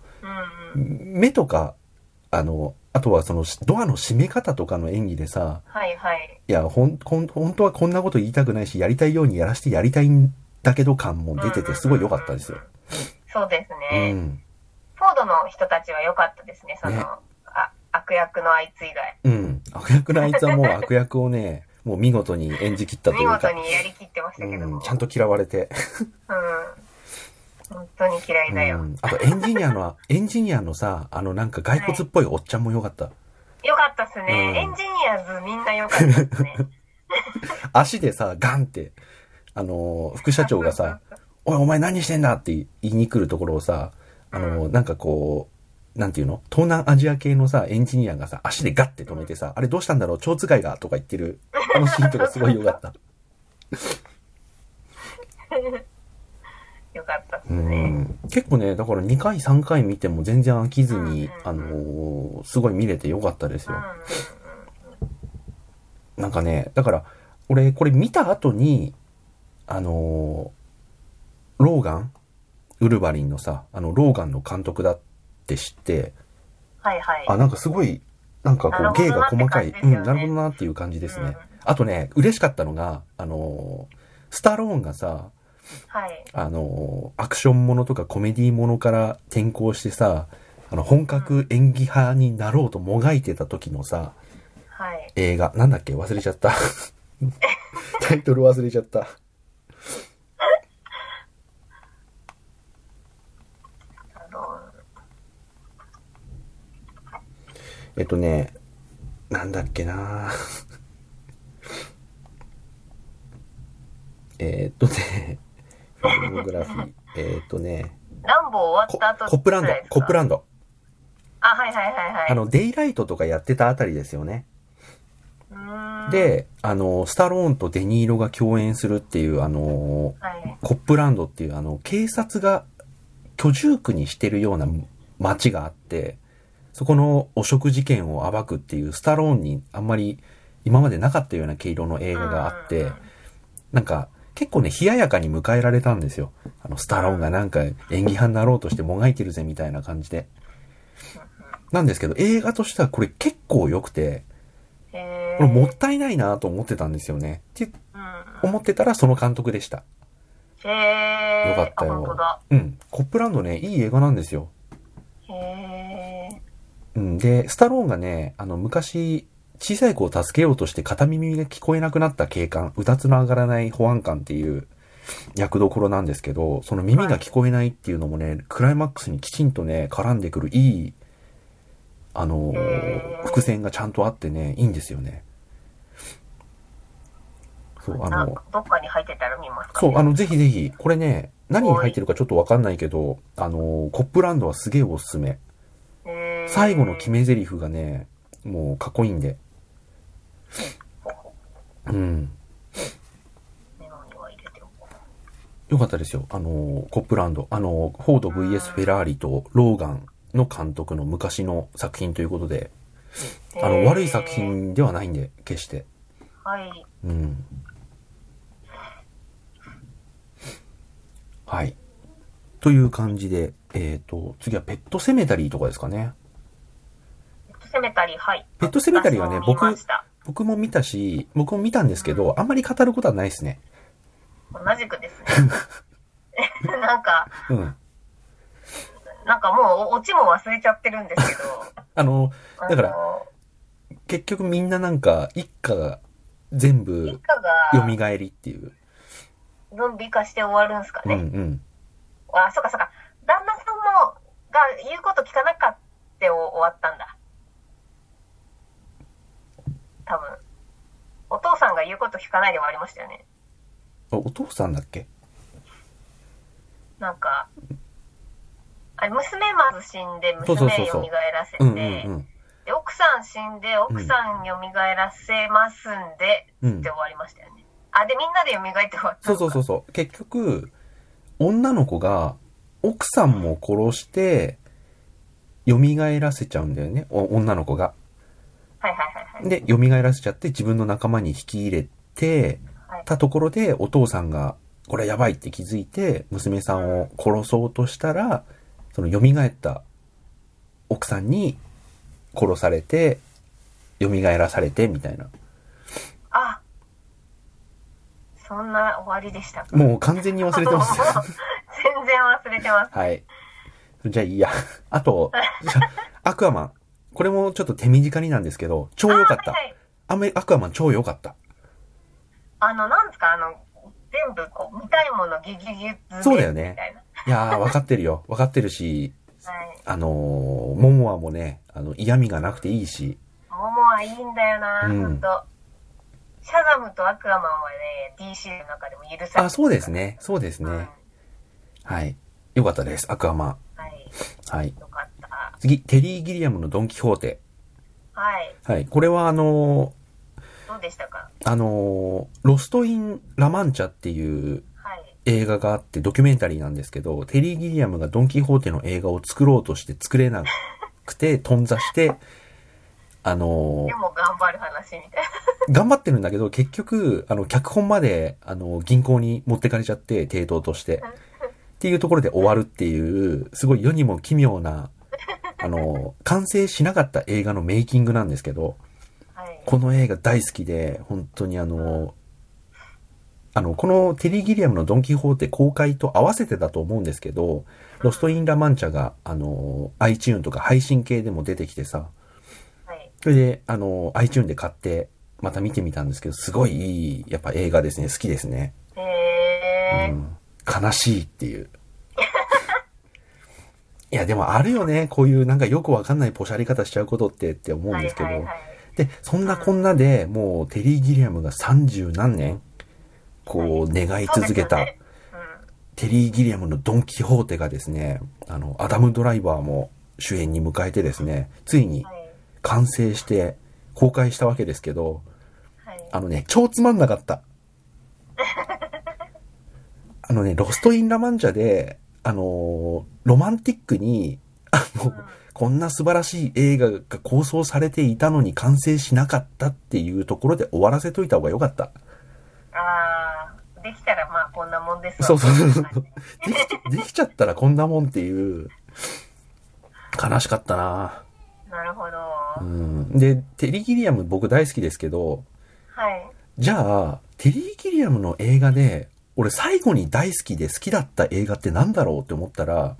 Speaker 2: うんうん。
Speaker 1: 目とか、あの、あとはその、ドアの閉め方とかの演技でさ、
Speaker 2: はいはい。
Speaker 1: いや、ほん、ほん、本当はこんなこと言いたくないし、やりたいようにやらしてやりたいんだけど感も出てて、すごい良かったですよ。
Speaker 2: そうです
Speaker 1: う
Speaker 2: ね。
Speaker 1: ん。
Speaker 2: フォードの人たちは良かったですね、その、
Speaker 1: ね
Speaker 2: あ悪役のあいつ以外。
Speaker 1: うん。悪役のあいつは
Speaker 2: [LAUGHS]
Speaker 1: もう悪役をね、もう見事に演じ切ったとい
Speaker 2: 見
Speaker 1: う
Speaker 2: 事
Speaker 1: か、
Speaker 2: にやりきってましたけど
Speaker 1: う、
Speaker 2: も。うんん
Speaker 1: ちゃんと嫌われて。
Speaker 2: 本当に嫌いだよ。
Speaker 1: うんあとエンジニアの、エンジニアのさ、あのなんか骸骨っぽいおっちゃんも良かった。
Speaker 2: 良かったっすね。
Speaker 1: うん
Speaker 2: エンジニアズみんな良かったで
Speaker 1: [LAUGHS]
Speaker 2: すね。
Speaker 1: 足でさ、ガンって、あのー副社長がさ、おいお前何してんだって言いに来るところをさ、あのーなんかこう、なんていうの東南アジア系のさ、エンジニアがさ、足でガッて止めてさ、あれどうしたんだろう蝶使いがとか言ってる、あのシーンとかすごい良かった。
Speaker 2: 良かったっす
Speaker 1: う
Speaker 2: ね。
Speaker 1: ん。結構ね、だから2回3回見ても全然飽きず
Speaker 2: うんうんう
Speaker 1: に
Speaker 2: ん、
Speaker 1: あのーすごい見れて良かったです
Speaker 2: うん
Speaker 1: よ。なんかね、だから、俺、これ見た後に、あのーローガンウルヴァリンのさ、あの、ローガンの監督だって知って、
Speaker 2: はいはい。
Speaker 1: あ、なんかすごい、なんか
Speaker 2: なる
Speaker 1: こ
Speaker 2: ほ
Speaker 1: う、
Speaker 2: ど
Speaker 1: 芸が細かい、
Speaker 2: なって
Speaker 1: う
Speaker 2: 感じです
Speaker 1: ん、
Speaker 2: よね
Speaker 1: なるほどなっていう感じですね。
Speaker 2: うん
Speaker 1: あとね、嬉しかったのが、あのースタローンがさ、
Speaker 2: はい。
Speaker 1: あのーアクションものとかコメディものから転向してさ、あの、本格演技派になろうともがいてた時のさ、
Speaker 2: はい。
Speaker 1: 映画、なんだっけ忘れちゃった。 [LAUGHS] タイトル忘れちゃった。
Speaker 2: あの、
Speaker 1: えっとね、なんだっけなえーっとね、フィルムグラフィー。えーっとね、
Speaker 2: ランボー終
Speaker 1: コ
Speaker 2: わった後
Speaker 1: コップラン
Speaker 2: ぐ
Speaker 1: ド
Speaker 2: らいで、す
Speaker 1: コ
Speaker 2: か
Speaker 1: ップランド。
Speaker 2: あ、はいはいはいはい。
Speaker 1: あの、デイライトとかやってたあたりですよね。
Speaker 2: うーん、
Speaker 1: で、あの、スタローンとデニーロが共演するっていう、あの、
Speaker 2: はい。
Speaker 1: コップランドっていう、あの、警察が居住区にしてるような町があって、そこの汚職事件を暴くっていう、スタローンにあんまり今までなかったような毛色の映画があっ
Speaker 2: うん
Speaker 1: て、なんか、結構ね、冷ややかに迎えられたんですよ。あの、スタローンがなんか演技派になろうとしてもがいてるぜみたいな感じで。なんですけど、映画としてはこれ結構良くて、
Speaker 2: へ
Speaker 1: こ
Speaker 2: ー
Speaker 1: れもったいないなと思ってたんですよね。って
Speaker 2: うん
Speaker 1: 思ってたらその監督でした。
Speaker 2: へー。
Speaker 1: よかった
Speaker 2: あ、本当
Speaker 1: よ
Speaker 2: だ。。
Speaker 1: うん。コップランドね、いい映画なんですよ。
Speaker 2: へ
Speaker 1: う
Speaker 2: ー。
Speaker 1: ん。で、スタローンがね、あの、昔、小さい子を助けようとして片耳が聞こえなくなった警官、うだつの上がらない保安官っていう役どころなんですけど、その耳が聞こえないっていうのもね、クライマックスにきちんとね、絡んでくるいい、あの
Speaker 2: へ
Speaker 1: ー、
Speaker 2: ー
Speaker 1: 伏線がちゃんとあってね、いいんですよね。そう、あ
Speaker 2: な
Speaker 1: の、
Speaker 2: どっかに入ってたら見ますか、
Speaker 1: そう、あの、ぜひぜひ、これね、何に入ってるかちょっとわかんないけど、あの、コップランドはすげえおすすめ。
Speaker 2: へー
Speaker 1: 最後の決め台詞がね、もうかっこいいんで。うん。
Speaker 2: メモには入れておこう
Speaker 1: よかったですよ。あの、コップランド。あの、フォード VS フェラーリとローガンの監督の昔の作品ということで、あの、
Speaker 2: へー
Speaker 1: 悪い作品ではないんで、決して。
Speaker 2: はい。
Speaker 1: うん。はい。という感じで、えっ、と、次はペットセメタリーとかですかね。
Speaker 2: ペットセメタリー、はい。
Speaker 1: ペットセメタリーはね
Speaker 2: 私も見ました
Speaker 1: 僕も見たし、僕も見たんですけど、あんまり語ることはないですね。
Speaker 2: 同じくですね。 [LAUGHS] なんか、
Speaker 1: うん。
Speaker 2: なんかもう、オチも忘れちゃってるんですけど。
Speaker 1: あの、 [LAUGHS] だから
Speaker 2: あの、
Speaker 1: 結局みんななんか、一家が全
Speaker 2: 一
Speaker 1: 部
Speaker 2: 家が、
Speaker 1: 蘇りっていう。
Speaker 2: ゾンビ化して終わるんすか
Speaker 1: うんう
Speaker 2: ね。
Speaker 1: ん。
Speaker 2: あ、そうかそうか。旦那さんも、が言うこと聞かなかったを終わったんだ。多分。お父さんが言うこと聞かないで終わりましたよね。
Speaker 1: あお父さんだっけ
Speaker 2: なんか、あれ、娘まず死んで、
Speaker 1: そうそうそ
Speaker 2: 娘
Speaker 1: うそう
Speaker 2: 蘇らせて、
Speaker 1: うんうんうん。
Speaker 2: で奥さん死んで、奥さん蘇らせますんで、
Speaker 1: うん
Speaker 2: って終。わりましたよね。あ、で、みんなで蘇って終わった。
Speaker 1: そうそうそううそう。結局、女の子が奥さんも殺して、蘇らせちゃうんだよね。お女の子が。
Speaker 2: はいはいはいはい。
Speaker 1: で、蘇らせちゃって自分の仲間に引き入れて、
Speaker 2: はい
Speaker 1: たところで、お父さんが、これやばいって気づいて、娘さんを殺そうとしたら、その蘇った奥さんに殺されて、蘇らされて、みたいな。
Speaker 2: あそんな終わりでしたか
Speaker 1: もう完全に忘れて
Speaker 2: [LAUGHS]
Speaker 1: ます。
Speaker 2: 全然忘れてます。
Speaker 1: はい。じゃあいいや。あと、じゃあアクアマン。これもちょっと手短になんですけど、超良かっ
Speaker 2: あ
Speaker 1: た
Speaker 2: はい。はい
Speaker 1: あめアクアマン超良かった。
Speaker 2: あの、なんですか、あの、全部こう、見たいものギュギュギュッ
Speaker 1: そうだよね
Speaker 2: みたいな。
Speaker 1: いやー、わかってるよ。わかってるし、
Speaker 2: はい。
Speaker 1: あのー、モモアもね、あの、嫌味がなくていいし、
Speaker 2: 桃はいいんだよな、
Speaker 1: うん
Speaker 2: ほんと。シャザムとアクアマンはね、DC の中でも許され
Speaker 1: あ、そうですね。そうです
Speaker 2: うん
Speaker 1: ね。はい。良かったです。アクアマン。
Speaker 2: はい。
Speaker 1: はい。
Speaker 2: よかった。
Speaker 1: 次、テリー・ギリアムのドン・キホーテ。
Speaker 2: はい。
Speaker 1: はい。これはあの
Speaker 2: どうでしたか
Speaker 1: ー、あのー、ロスト・イン・ラ・マンチャっていう
Speaker 2: はい。
Speaker 1: 映画があって、ドキュメンタリーなんですけど、テリー・ギリアムがドン・キホーテの映画を作ろうとして作れなくて、頓挫して、あの
Speaker 2: でも頑張る話みたい
Speaker 1: ー、頑張ってるんだけど、結局、あの、脚本まで、あの、銀行に持ってかれちゃって、抵当として。っていうところで終わるっていう、すごい世にも奇妙な、あのー、完成しなかった映画のメイキングなんですけど、
Speaker 2: な。はい。
Speaker 1: この映画大好きで、本当にあの、あの、このテリー・ギリアムのドン・キホーテ公開と合わせてだと思うんですけど、ロスト・イン・ラ・マンチャが、あの、iTune とか配信系でも出てきてさ、
Speaker 2: はい。
Speaker 1: それで、あの、iTune で買って、また見てみたんですけど、すごいいい、やっぱ映画ですね、好きですね。
Speaker 2: え
Speaker 1: う
Speaker 2: ー。
Speaker 1: ん、悲しいって
Speaker 2: [LAUGHS]
Speaker 1: いう。いや、でもあるよね、こういうなんかよくわかんないポシャり方しちゃうことってって思うん
Speaker 2: はい
Speaker 1: ですけど、
Speaker 2: はいはい。
Speaker 1: で、そんなこんなで、もう、テリー・ギリアムが三十何年、こう、願い続けた、
Speaker 2: そうですよね
Speaker 1: テリー・ギリアムのドン・キホーテがですね、あの、アダム・ドライバーも主演に迎えてですね、つい
Speaker 2: うん。
Speaker 1: に
Speaker 2: はい。
Speaker 1: 完成して公開したわけですけど、
Speaker 2: はい。
Speaker 1: あのね、超つまんなか
Speaker 2: [LAUGHS]
Speaker 1: った。あのね、ロスト・イン・ラ・マンジャで、あのーロマンティックに、あの、
Speaker 2: うん
Speaker 1: こんな素晴らしい映画が構想されていたのに完成しなかったっていうところで終わらせといた方が良かった。
Speaker 2: あー、できたらまあこんなもんですわ
Speaker 1: そうそうそう
Speaker 2: はい
Speaker 1: できち、できちゃったらこんなもんっていう、悲しかったな
Speaker 2: [LAUGHS] なるほど。
Speaker 1: うん。で、テリー・ギリアム僕大好きですけど、
Speaker 2: はい。
Speaker 1: じゃあ、テリー・ギリアムの映画で、俺最後に大好きで好きだった映画ってなんだろうって思ったら、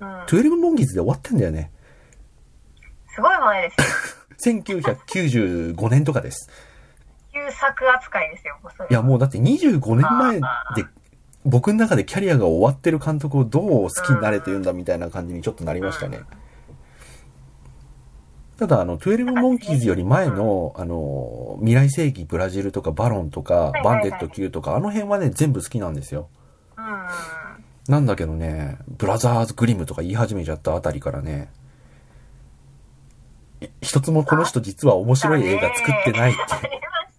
Speaker 2: うん。
Speaker 1: 12モンギーズで終わってんだよね。
Speaker 2: すごい前ですよ。
Speaker 1: 1995年とかです。
Speaker 2: 旧作扱いですよ、もうそれ
Speaker 1: いや、もうだって25年前で
Speaker 2: あ、
Speaker 1: 僕の中でキャリアが終わってる監督をどう好きになれて言うんだみたいな感じにちょっとなりましたね。ただ、あの、12モンキーズより前の、あの、未来世紀ブラジルとかバロンとか
Speaker 2: いはい、
Speaker 1: バンデット級とか、あの辺はね、全部好きなんですよ。
Speaker 2: うんうんうん。
Speaker 1: なんだけどね、ブラザーズグリムとか言い始めちゃったあたりからね、い一つもこの人実は面白い映画作ってないって。
Speaker 2: ありまし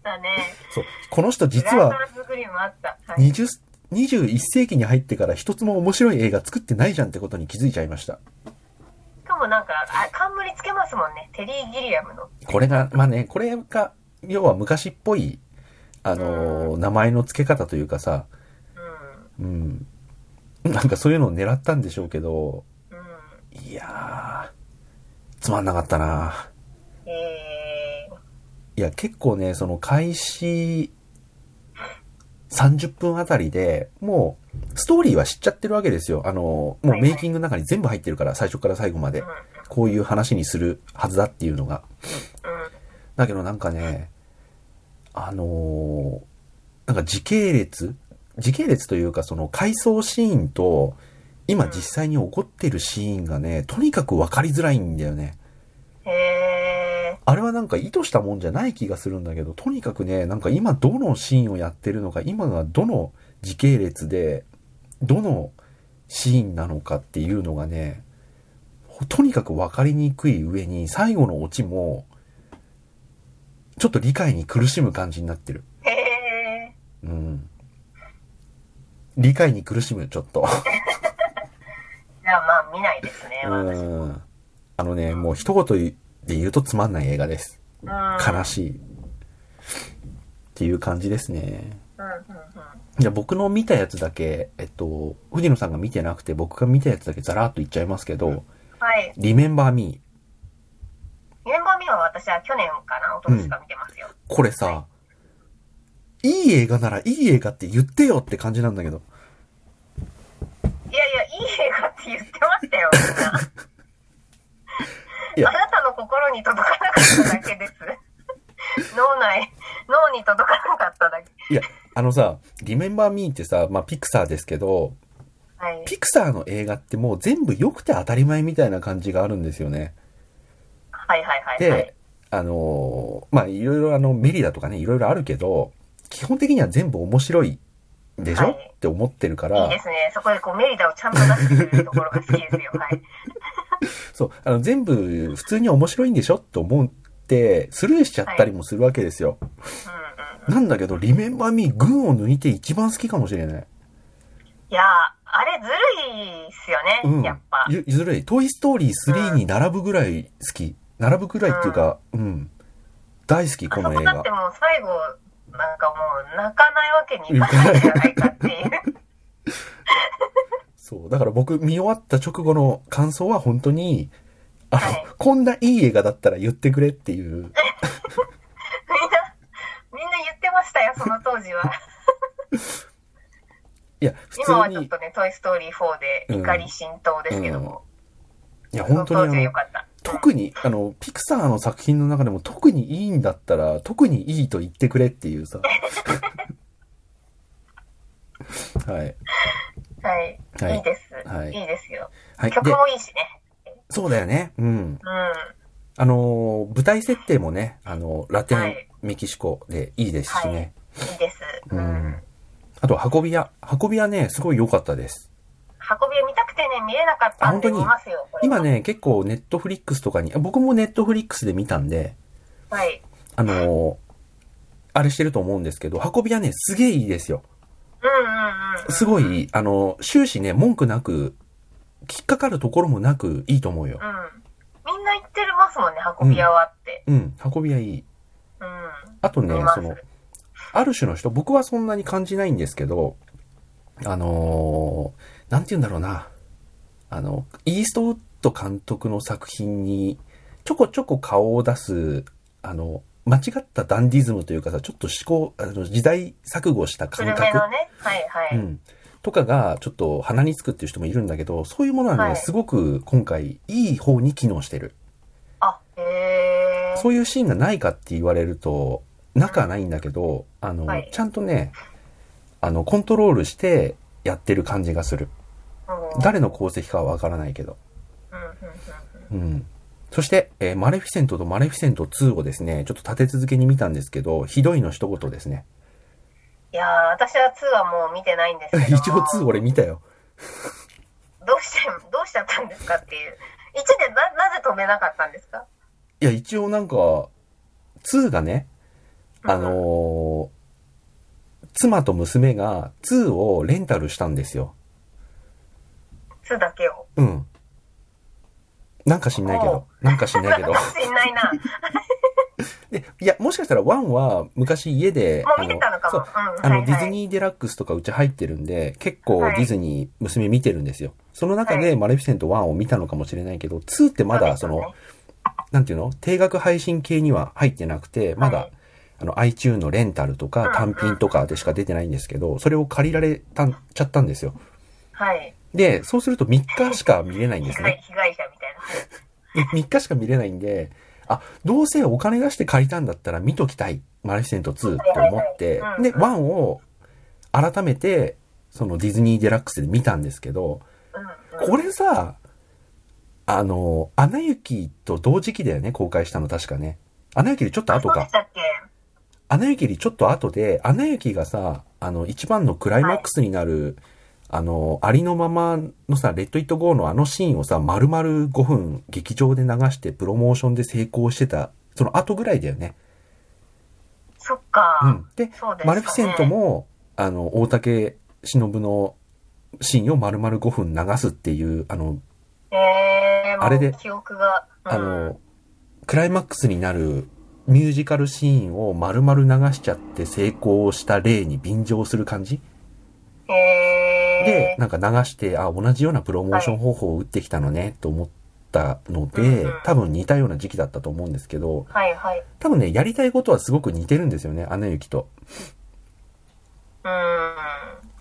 Speaker 2: たね。
Speaker 1: そう。この
Speaker 2: [LAUGHS]
Speaker 1: 人実
Speaker 2: ブ
Speaker 1: は
Speaker 2: ラザーズグリムあった。はい。
Speaker 1: 20 21世紀に入ってから一つも面白い映画作ってないじゃんってことに気づいちゃいました。
Speaker 2: しかもなんか、あ、冠つけますもんね。テリー・ギリアムの。
Speaker 1: これが、まあね、これが、要は昔っぽい、あのー名前の付け方というかさ、
Speaker 2: う
Speaker 1: うん。なんかそういうのを狙ったんでしょうけど、
Speaker 2: ん。うん。
Speaker 1: いやー、つまんなかったな
Speaker 2: えー、
Speaker 1: いや、結構ね、その開始30分あたりで、もう、ストーリーは知っちゃってるわけですよ。あの、もう
Speaker 2: はいはい
Speaker 1: メイキングの中に全部入ってるから、最初から最後ま
Speaker 2: う
Speaker 1: で
Speaker 2: ん。。
Speaker 1: こういう話にするはずだっていうのが。
Speaker 2: うん。
Speaker 1: だけどなんかね、あのーなんか時系列時系列というかその回想シーンと、今実際に起こってるシーンがね、とにかくわかりづらいんだよね。
Speaker 2: え
Speaker 1: あれはなんか意図したもんじゃない気がするんだけど、とにかくね、なんか今どのシーンをやってるのか、今がどの時系列で、どのシーンなのかっていうのがね、とにかく分かりにくい上に、最後のオチも、ちょっと理解に苦しむ感じになってる。
Speaker 2: ー、え
Speaker 1: うん。理解に苦しむ、ちょっと。
Speaker 2: ー、じゃあまあ見ないですね、
Speaker 1: う
Speaker 2: 私。うん。
Speaker 1: ん。あのね、もう一言で言うとつまんない映画です。悲しい。っていう感じですね。
Speaker 2: うんうん
Speaker 1: じゃあ僕の見たやつだけ、えっと、藤野さんが見てなくて僕が見たやつだけザラーっと言っちゃいますけど、
Speaker 2: うん。はい。
Speaker 1: Remember Me。
Speaker 2: メンバーミーは私は去年かな、一昨年か見てますよ。
Speaker 1: これさ、いい映画ならいい映画って言ってよって感じなんだけど。
Speaker 2: いやいや、いい映画って言ってましたよ、
Speaker 1: [LAUGHS] い
Speaker 2: みん
Speaker 1: や
Speaker 2: な。あなたの心に届かなかっただけです。脳内、脳に届かなかっただけ。
Speaker 1: いや、あのさ、Remember Me ってさ、まあピクサーですけど、
Speaker 2: はい。
Speaker 1: ピクサーの映画ってもう全部良くて当たり前みたいな感じがあるんですよね。
Speaker 2: はいはいはい、はい
Speaker 1: で。、あのーまあいろいろあのメリだとかね、いろいろあるけど、基本的には全部面白いでしょ、
Speaker 2: はい
Speaker 1: って思ってるか
Speaker 2: い
Speaker 1: ら
Speaker 2: い、ですね。そこでこうメリダをちゃんと出してくれるところが好きですよ。はい。
Speaker 1: そう、あの、全部普通に面白いんでしょって思って、スルーしちゃったりもするわけですよ。
Speaker 2: うんうん。
Speaker 1: なんだけど、リメンバーミー群を抜いて一番好きかもしれない。
Speaker 2: いやー、あれずるいっすよね、
Speaker 1: うん。
Speaker 2: やっぱ。
Speaker 1: ゆずるい。トイストーリー3に並ぶぐらい好き。並ぶぐらいっていうか、うん。大好き、
Speaker 2: あ
Speaker 1: こ
Speaker 2: そ
Speaker 1: の
Speaker 2: こ
Speaker 1: 映
Speaker 2: だっ
Speaker 1: 画
Speaker 2: て。もう最後、なんかもう泣かないわけにいかないんじゃないか
Speaker 1: [LAUGHS]
Speaker 2: っていう。
Speaker 1: そう。だから僕、見終わった直後の感想は本当に、あの、
Speaker 2: はい
Speaker 1: こんないい映画だったら言ってくれっていう。
Speaker 2: みんな、みんな言ってましたよ、その
Speaker 1: [LAUGHS]
Speaker 2: 当時は。
Speaker 1: いや、普
Speaker 2: 今は
Speaker 1: 通
Speaker 2: ちょっ
Speaker 1: に、
Speaker 2: とね、トイストーリー4で怒り浸透ですけども。
Speaker 1: いや、
Speaker 2: その
Speaker 1: 本当に
Speaker 2: 当
Speaker 1: あ
Speaker 2: 時は
Speaker 1: の
Speaker 2: 良、かった。
Speaker 1: 特に、あの、ピクサーの作品の中でも特にいいんだったら、特にいいと言ってくれっていう
Speaker 2: [LAUGHS]
Speaker 1: さ。はい。
Speaker 2: はい。
Speaker 1: はい
Speaker 2: いいです。
Speaker 1: はい
Speaker 2: いいですよ。
Speaker 1: はい。
Speaker 2: 曲
Speaker 1: で、
Speaker 2: もいいしね。
Speaker 1: そうだよね。うん。
Speaker 2: うん。
Speaker 1: あのー、舞台設定もね、あの、ラテン、
Speaker 2: はい
Speaker 1: メキシコでいいですしね。
Speaker 2: いいです。う
Speaker 1: うん
Speaker 2: ん。。
Speaker 1: あと、運び屋。運び屋ね、すごい良かったです。
Speaker 2: 運びを見たくてね、見れなかったんで
Speaker 1: あ本当に
Speaker 2: 見ますよ、これは
Speaker 1: 今。ね、結構ネットフリックスとかに、あ僕もネットフリックスで見たんで、
Speaker 2: はい。
Speaker 1: あのー、あれしてると思うんですけど、運び屋ね、すげえいいですよ。
Speaker 2: うんうんうん。
Speaker 1: すごい、あの、終始ね、文句なく、引っかかるところもなく、いいと思うよ。
Speaker 2: うん。みんな行ってるますもんね、運び屋はって。
Speaker 1: うん、運びはいい。
Speaker 2: うん。
Speaker 1: あとね
Speaker 2: 見ま、
Speaker 1: そ
Speaker 2: す
Speaker 1: の、ある種の人、僕はそんなに感じないんですけど、あのーなんて言うんだろうな。あの、イーストウッド監督の作品に、ちょこちょこ顔を出す、あの、間違ったダンディズムというかさ、ちょっと思考、あの時代錯誤した
Speaker 2: 古
Speaker 1: 感
Speaker 2: め
Speaker 1: 覚。
Speaker 2: のね。はいは
Speaker 1: う
Speaker 2: い。
Speaker 1: ん。とかが、ちょっと鼻につくっていう人もいるんだけど、そういうものはね、
Speaker 2: はい
Speaker 1: すごく今回、いい方に機能してる。
Speaker 2: あ、へー。
Speaker 1: そういうシーンがないかって言われると、なくはないんだけど、あの、
Speaker 2: はい
Speaker 1: ちゃんとね、あの、コントロールしてやってる感じがする。
Speaker 2: うん
Speaker 1: 誰の功績かはわからないけど。
Speaker 2: うんうんうん
Speaker 1: うん。そして、えーマレフィセントとマレフィセント2をですね、ちょっと立て続けに見たんですけど、ひどいの一言ですね。 [LAUGHS]
Speaker 2: いやー、私は2はもう見てないんですけど。
Speaker 1: [LAUGHS] 一応2俺見たよ。
Speaker 2: どうしちゃ、どうしちゃったんですかっていう。1でな、なぜ止めなかったんですか
Speaker 1: いや、一応なんか、2がね、あ
Speaker 2: うん
Speaker 1: のー妻と娘が2をレンタルしたんですよ。
Speaker 2: 2だけを。
Speaker 1: うん。なんか知んないけど。なんか知んないけど。
Speaker 2: 知んないな。
Speaker 1: [LAUGHS] で、いや、もしかしたら1は昔家で、
Speaker 2: もう
Speaker 1: あ
Speaker 2: 見てたのか
Speaker 1: そ
Speaker 2: も。
Speaker 1: う、
Speaker 2: うん。
Speaker 1: あ
Speaker 2: はいは
Speaker 1: の、
Speaker 2: い
Speaker 1: ディズニーデラックスとかうち入ってるんで、結構
Speaker 2: は
Speaker 1: デ
Speaker 2: い
Speaker 1: ィズニー娘見てるんですよ。その中
Speaker 2: は
Speaker 1: でマレフィセント1を見たのかもしれないけど、2ってまだその、なんていうの定額配信系には入ってなくて、まだ、
Speaker 2: はい
Speaker 1: あの、iTune のレンタルと
Speaker 2: うん
Speaker 1: か
Speaker 2: うん
Speaker 1: 単品とかでしか出てないんですけど、それを借りられたん、ちゃったんですよ。
Speaker 2: はい。
Speaker 1: で、そうすると3日しか見れないんで
Speaker 2: 被
Speaker 1: す
Speaker 2: 害
Speaker 1: ね。
Speaker 2: 被害者みたいな。はい
Speaker 1: 3日しか見れないんで、あ、どうせお金出して借りたんだったら見ときたい。マレフィセント2って思って
Speaker 2: はいはいはい、うん
Speaker 1: で、1を改めて、そのディズニーデラックスで見たんですけど、
Speaker 2: うんうん。
Speaker 1: これさ、あの、アナ雪と同時期だよね、公開したの確かね。アナ雪よりちょっと後
Speaker 2: そうで
Speaker 1: か
Speaker 2: し。たっけ
Speaker 1: アナ雪よりちょっと後で、アナ雪がさ、あの、一番のクライマックスになる、あの、ありのままのさ、レッド・イット・ゴーのあのシーンをさ、丸々5分劇場で流してプロモーションで成功してた、その後ぐらいだよね。
Speaker 2: そっか。
Speaker 1: うん。で、
Speaker 2: そうですかね
Speaker 1: マルフィセントも、あの、大竹忍のシーンを丸々5分流すっていう、あの、
Speaker 2: えー、もう
Speaker 1: あれで
Speaker 2: 記憶が。うん
Speaker 1: あの、クライマックスになるミュージカルシーンを丸々流しちゃって成功した例に便乗する感じ
Speaker 2: へえ。
Speaker 1: で、なんか流して、あ、同じようなプロモーション方法を打ってきたのね、と思ったので
Speaker 2: うんうん、
Speaker 1: 多分似たような時期だったと思うんですけど、
Speaker 2: はいはい。
Speaker 1: 多分ね、やりたいことはすごく似てるんですよね、アナ雪と。
Speaker 2: うーん。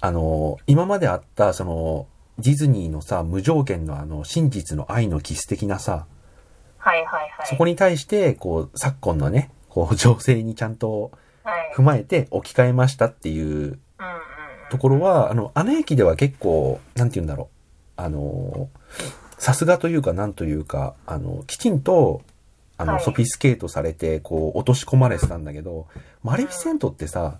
Speaker 1: あの、今まであった、その、ディズニーのさ、無条件のあの、真実の愛のキス的なさ、
Speaker 2: はいはいはい。
Speaker 1: そこ
Speaker 2: に、
Speaker 1: に対して、こう、昨今のね、こう、情勢にちゃんと
Speaker 2: はい、
Speaker 1: 踏まえて置き換えましたっていう
Speaker 2: うんうんうん。
Speaker 1: ところは、あの、アナ雪では結構、なんて言うんだろう。あの、さすがというか、なんというか、あの、きちんと、あの、
Speaker 2: はい
Speaker 1: ソフィスケートされて、こう、落とし込まれてたんだけど、マレフィセントってさ、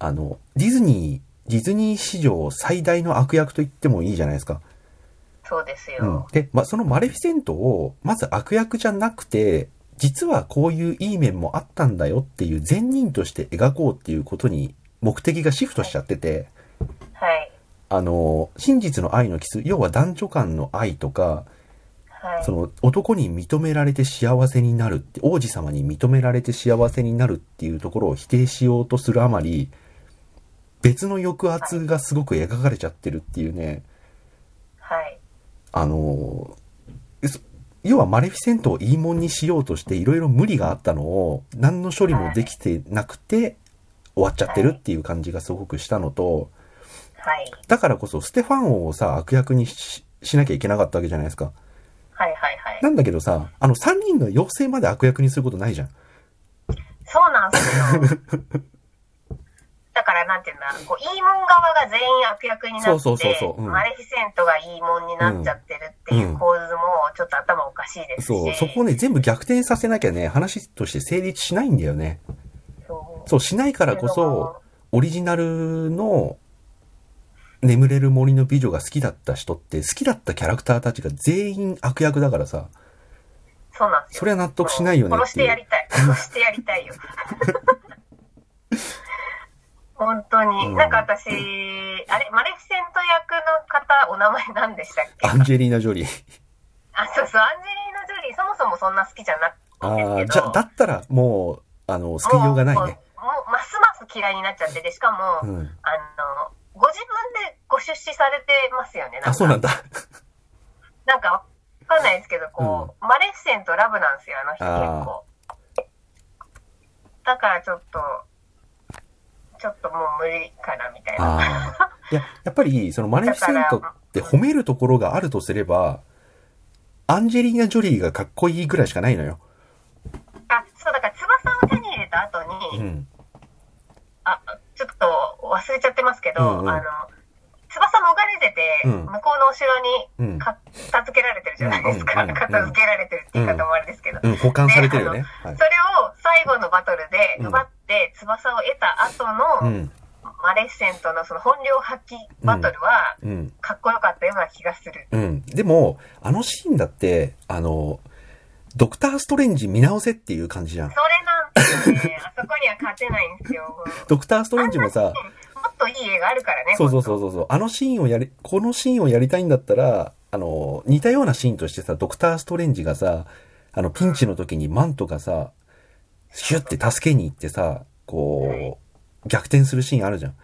Speaker 1: あの、ディズニー、ディズニー史上最大の悪役と言ってもいいじゃないですか。
Speaker 2: そうですよ。
Speaker 1: うん。で、ま、そのマレフィセントを、まず悪役じゃなくて、実はこういういい面もあったんだよっていう善人として描こうっていうことに目的がシフトしちゃってて、
Speaker 2: はい。
Speaker 1: あの、真実の愛のキス、要は男女間の愛とか、
Speaker 2: はい。
Speaker 1: その男に認められて幸せになるって、王子様に認められて幸せになるっていうところを否定しようとするあまり、別の抑圧がすごく描かれちゃってるっていうね、
Speaker 2: はい。
Speaker 1: あの、そ要はマレフィセントをいいもんにしようとしていろいろ無理があったのを何の処理もできてなくて終わっちゃってるっていう感じがすごくしたのと、
Speaker 2: はい。
Speaker 1: だからこそ、ステファンをさ、悪役にししなきゃいけなかったわけじゃないですか。
Speaker 2: はいはいはい。
Speaker 1: なんだけどさ、あの、3人の妖精まで悪役にすることないじゃん。
Speaker 2: そうなんす
Speaker 1: [LAUGHS]
Speaker 2: よ。だから、なんていうんだ、こう、いいもん側が全員悪役になって、
Speaker 1: そうそうそうそううん
Speaker 2: マレフィセントがいいもんになっちゃってるっていう構図も、ちょっと頭おかしいですし。
Speaker 1: そう、そこをね、全部逆転させなきゃね、話として成立しないんだよね。
Speaker 2: そう
Speaker 1: そう、しないからこそ、オリジナルの、眠れる森の美女が好きだった人って、好きだったキャラクターたちが全員悪役だからさ、
Speaker 2: そうなんですよ。
Speaker 1: それは納得しないよね
Speaker 2: 殺
Speaker 1: っ
Speaker 2: して
Speaker 1: い
Speaker 2: て
Speaker 1: う
Speaker 2: や。りたい。殺してやりた
Speaker 1: [LAUGHS]
Speaker 2: いよ。本当に。
Speaker 1: うん
Speaker 2: なんか私、あれ、マレフィセント役の方、お名前何でしたっけ
Speaker 1: アンジェリーナ・ジョリー。
Speaker 2: あ、そうそう、アンジェリーナ・ジョリー、そもそもそんな好きじゃな
Speaker 1: あ
Speaker 2: くて。
Speaker 1: あー、じゃあ、だったら、もう、あの、救いようがないね。
Speaker 2: もう、もうますます嫌いになっちゃって、で、しかも、
Speaker 1: うん。
Speaker 2: あの、ご自分でご出資されてますよね。
Speaker 1: あ、そうなん
Speaker 2: だ。
Speaker 1: だ。
Speaker 2: なんか、わかんないですけど、こう、マレフィセントラブなんですよ、あの人結構。だからちょっと、ちょっともう無理かな、みたいな。
Speaker 1: ああ。
Speaker 2: [LAUGHS]
Speaker 1: いや、やっぱり、そのマレフィセントって褒めるところがあるとすれば、アンジェリーナ・ジョリーがかっこいいぐらいしかないのよ。
Speaker 2: あ、そう、だから翼を手に入れた後に、
Speaker 1: ん。
Speaker 2: あ、ちょっと忘れちゃってますけど、
Speaker 1: うんうん
Speaker 2: あの、翼もがれてて、
Speaker 1: うん
Speaker 2: 向こうのお城に
Speaker 1: うん。
Speaker 2: か片付けられてるじゃないですか。
Speaker 1: うんうんうんうん
Speaker 2: 片付けられてるって言い方もあれですけど。
Speaker 1: うん、保管されてるよね。はい
Speaker 2: そ。れを最後のバトルで奪って、翼を得た後
Speaker 1: う
Speaker 2: の、
Speaker 1: ん。
Speaker 2: マレフィセントのその本領発揮バトルは、
Speaker 1: うん。
Speaker 2: かっこよかったような気がする。
Speaker 1: うん。でも、あのシーンだって、あの、ドクター・ストレンジ見直せっていう感じじゃん
Speaker 2: そ。れなんですよね。あそこには勝てないんですよ。
Speaker 1: ドクター・ストレンジもさ、
Speaker 2: もっといい映画あるからね。
Speaker 1: そうそうそうそうそう。あのシーンをやり、このシーンをやりたいんだったら、あの、似たようなシーンとしてさ、ドクター・ストレンジがさ、あの、ピンチの時にマントがさ、シュって助けに行ってさ、こう、逆転するシーンあるじゃん。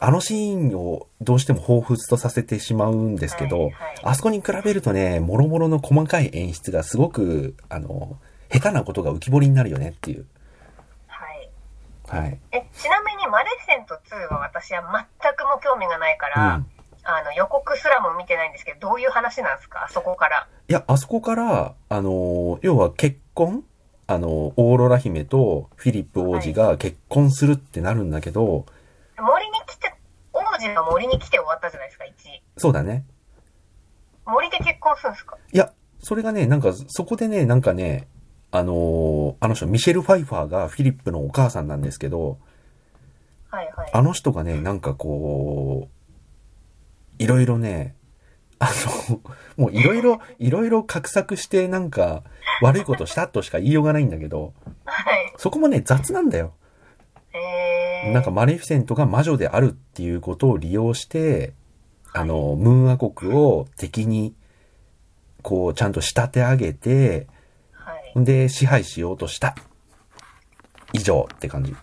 Speaker 1: あのシーンをどうしても彷彿とさせてしまうんですけ
Speaker 2: は
Speaker 1: ど
Speaker 2: いはい、
Speaker 1: あそこに比べるとね、もろもろの細かい演出がすごく、あの、下手なことが浮き彫りになるよねっていう。
Speaker 2: はい。
Speaker 1: はい。
Speaker 2: え、ちなみにマレフィセント2は私は全くもう興味がないか
Speaker 1: う
Speaker 2: ら
Speaker 1: ん、
Speaker 2: あの、予告すらも見てないんですけど、どういう話なんですかあそこから。
Speaker 1: いや、あそこから、あのー、要は結婚あのー、オーロラ姫とフィリップ王子が結婚するってなるんだけど、
Speaker 2: 森に来て、王子が森に来て終わったじゃないですか、1。
Speaker 1: そうだね。
Speaker 2: 森で結婚するんですか
Speaker 1: いや、それがね、なんか、そこでね、なんかね、あのー、あの人、ミシェル・ファイファーがフィリップのお母さんなんですけど、
Speaker 2: はいはい。
Speaker 1: あの人がね、なんかこう、いろいろね、あの、 [LAUGHS] もういろいろ、いろいろ画策して、なんか、悪いことしたとしか言いようがないんだけど、
Speaker 2: はい。
Speaker 1: そこもね、雑なんだよ。
Speaker 2: えー。
Speaker 1: なんかマレフィセントが魔女であるっていうことを利用して、あの、ムーア国を敵に、こう、ちゃんと仕立て上げて、
Speaker 2: はい。
Speaker 1: で、支配しようとしたっ以上って感じ。
Speaker 2: で、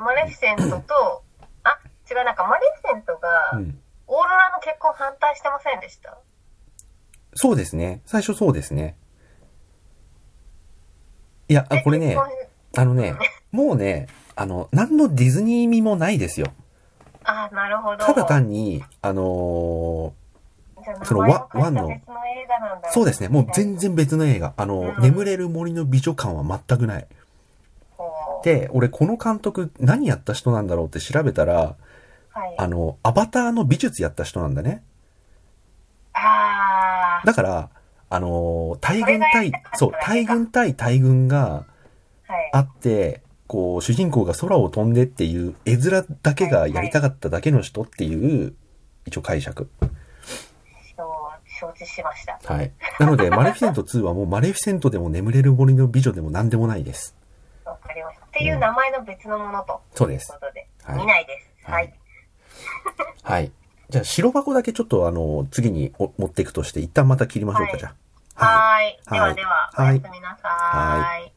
Speaker 2: マレフィセントと、あ、違う、なんかマレフィセント
Speaker 1: う
Speaker 2: が、
Speaker 1: ん。
Speaker 2: オーロラの結婚反対してませんでした。
Speaker 1: そうですね。最初そうですね。いや、あ
Speaker 2: え
Speaker 1: これね
Speaker 2: 結、婚
Speaker 1: あのね、もうね、あの、何のディズニー味もないですよ。
Speaker 2: あ、なるほど。
Speaker 1: ただ単に、あの
Speaker 2: じゃあ
Speaker 1: その
Speaker 2: 名前を変えた
Speaker 1: ワンの
Speaker 2: 別の映画なんだ
Speaker 1: ーそうですね、もう全然別の映画。あの、
Speaker 2: うん
Speaker 1: 眠れる森の美女感は全くない。
Speaker 2: こう
Speaker 1: で、俺この監督何やった人なんだろうって調べたら、
Speaker 2: はい。
Speaker 1: あの、アバターの美術やった人なんだね。
Speaker 2: あ
Speaker 1: だから、あのー大軍対、そう、大軍対大軍が
Speaker 2: あ、はい。
Speaker 1: あって、こう、主人公が空を飛んでっていう絵面だけがやりたかっただけの人っていう、一応解釈。
Speaker 2: 承知しました。
Speaker 1: はい。なので、マ [LAUGHS] レフィセント2はもうマレフィセントでも眠れる森の美女でも何でもないです。
Speaker 2: わかりました。っていう名前の別のものと
Speaker 1: そうで
Speaker 2: いう
Speaker 1: す
Speaker 2: こ。とで、
Speaker 1: はい
Speaker 2: 見ないです。
Speaker 1: は
Speaker 2: はいい。
Speaker 1: はい。じゃあ、白箱だけちょっとあの、次にお持っていくとして、一旦また切りましょうか、
Speaker 2: はい
Speaker 1: じゃあ。
Speaker 2: はーい。で
Speaker 1: は
Speaker 2: はいでは、お
Speaker 1: はい
Speaker 2: やすみなさーい。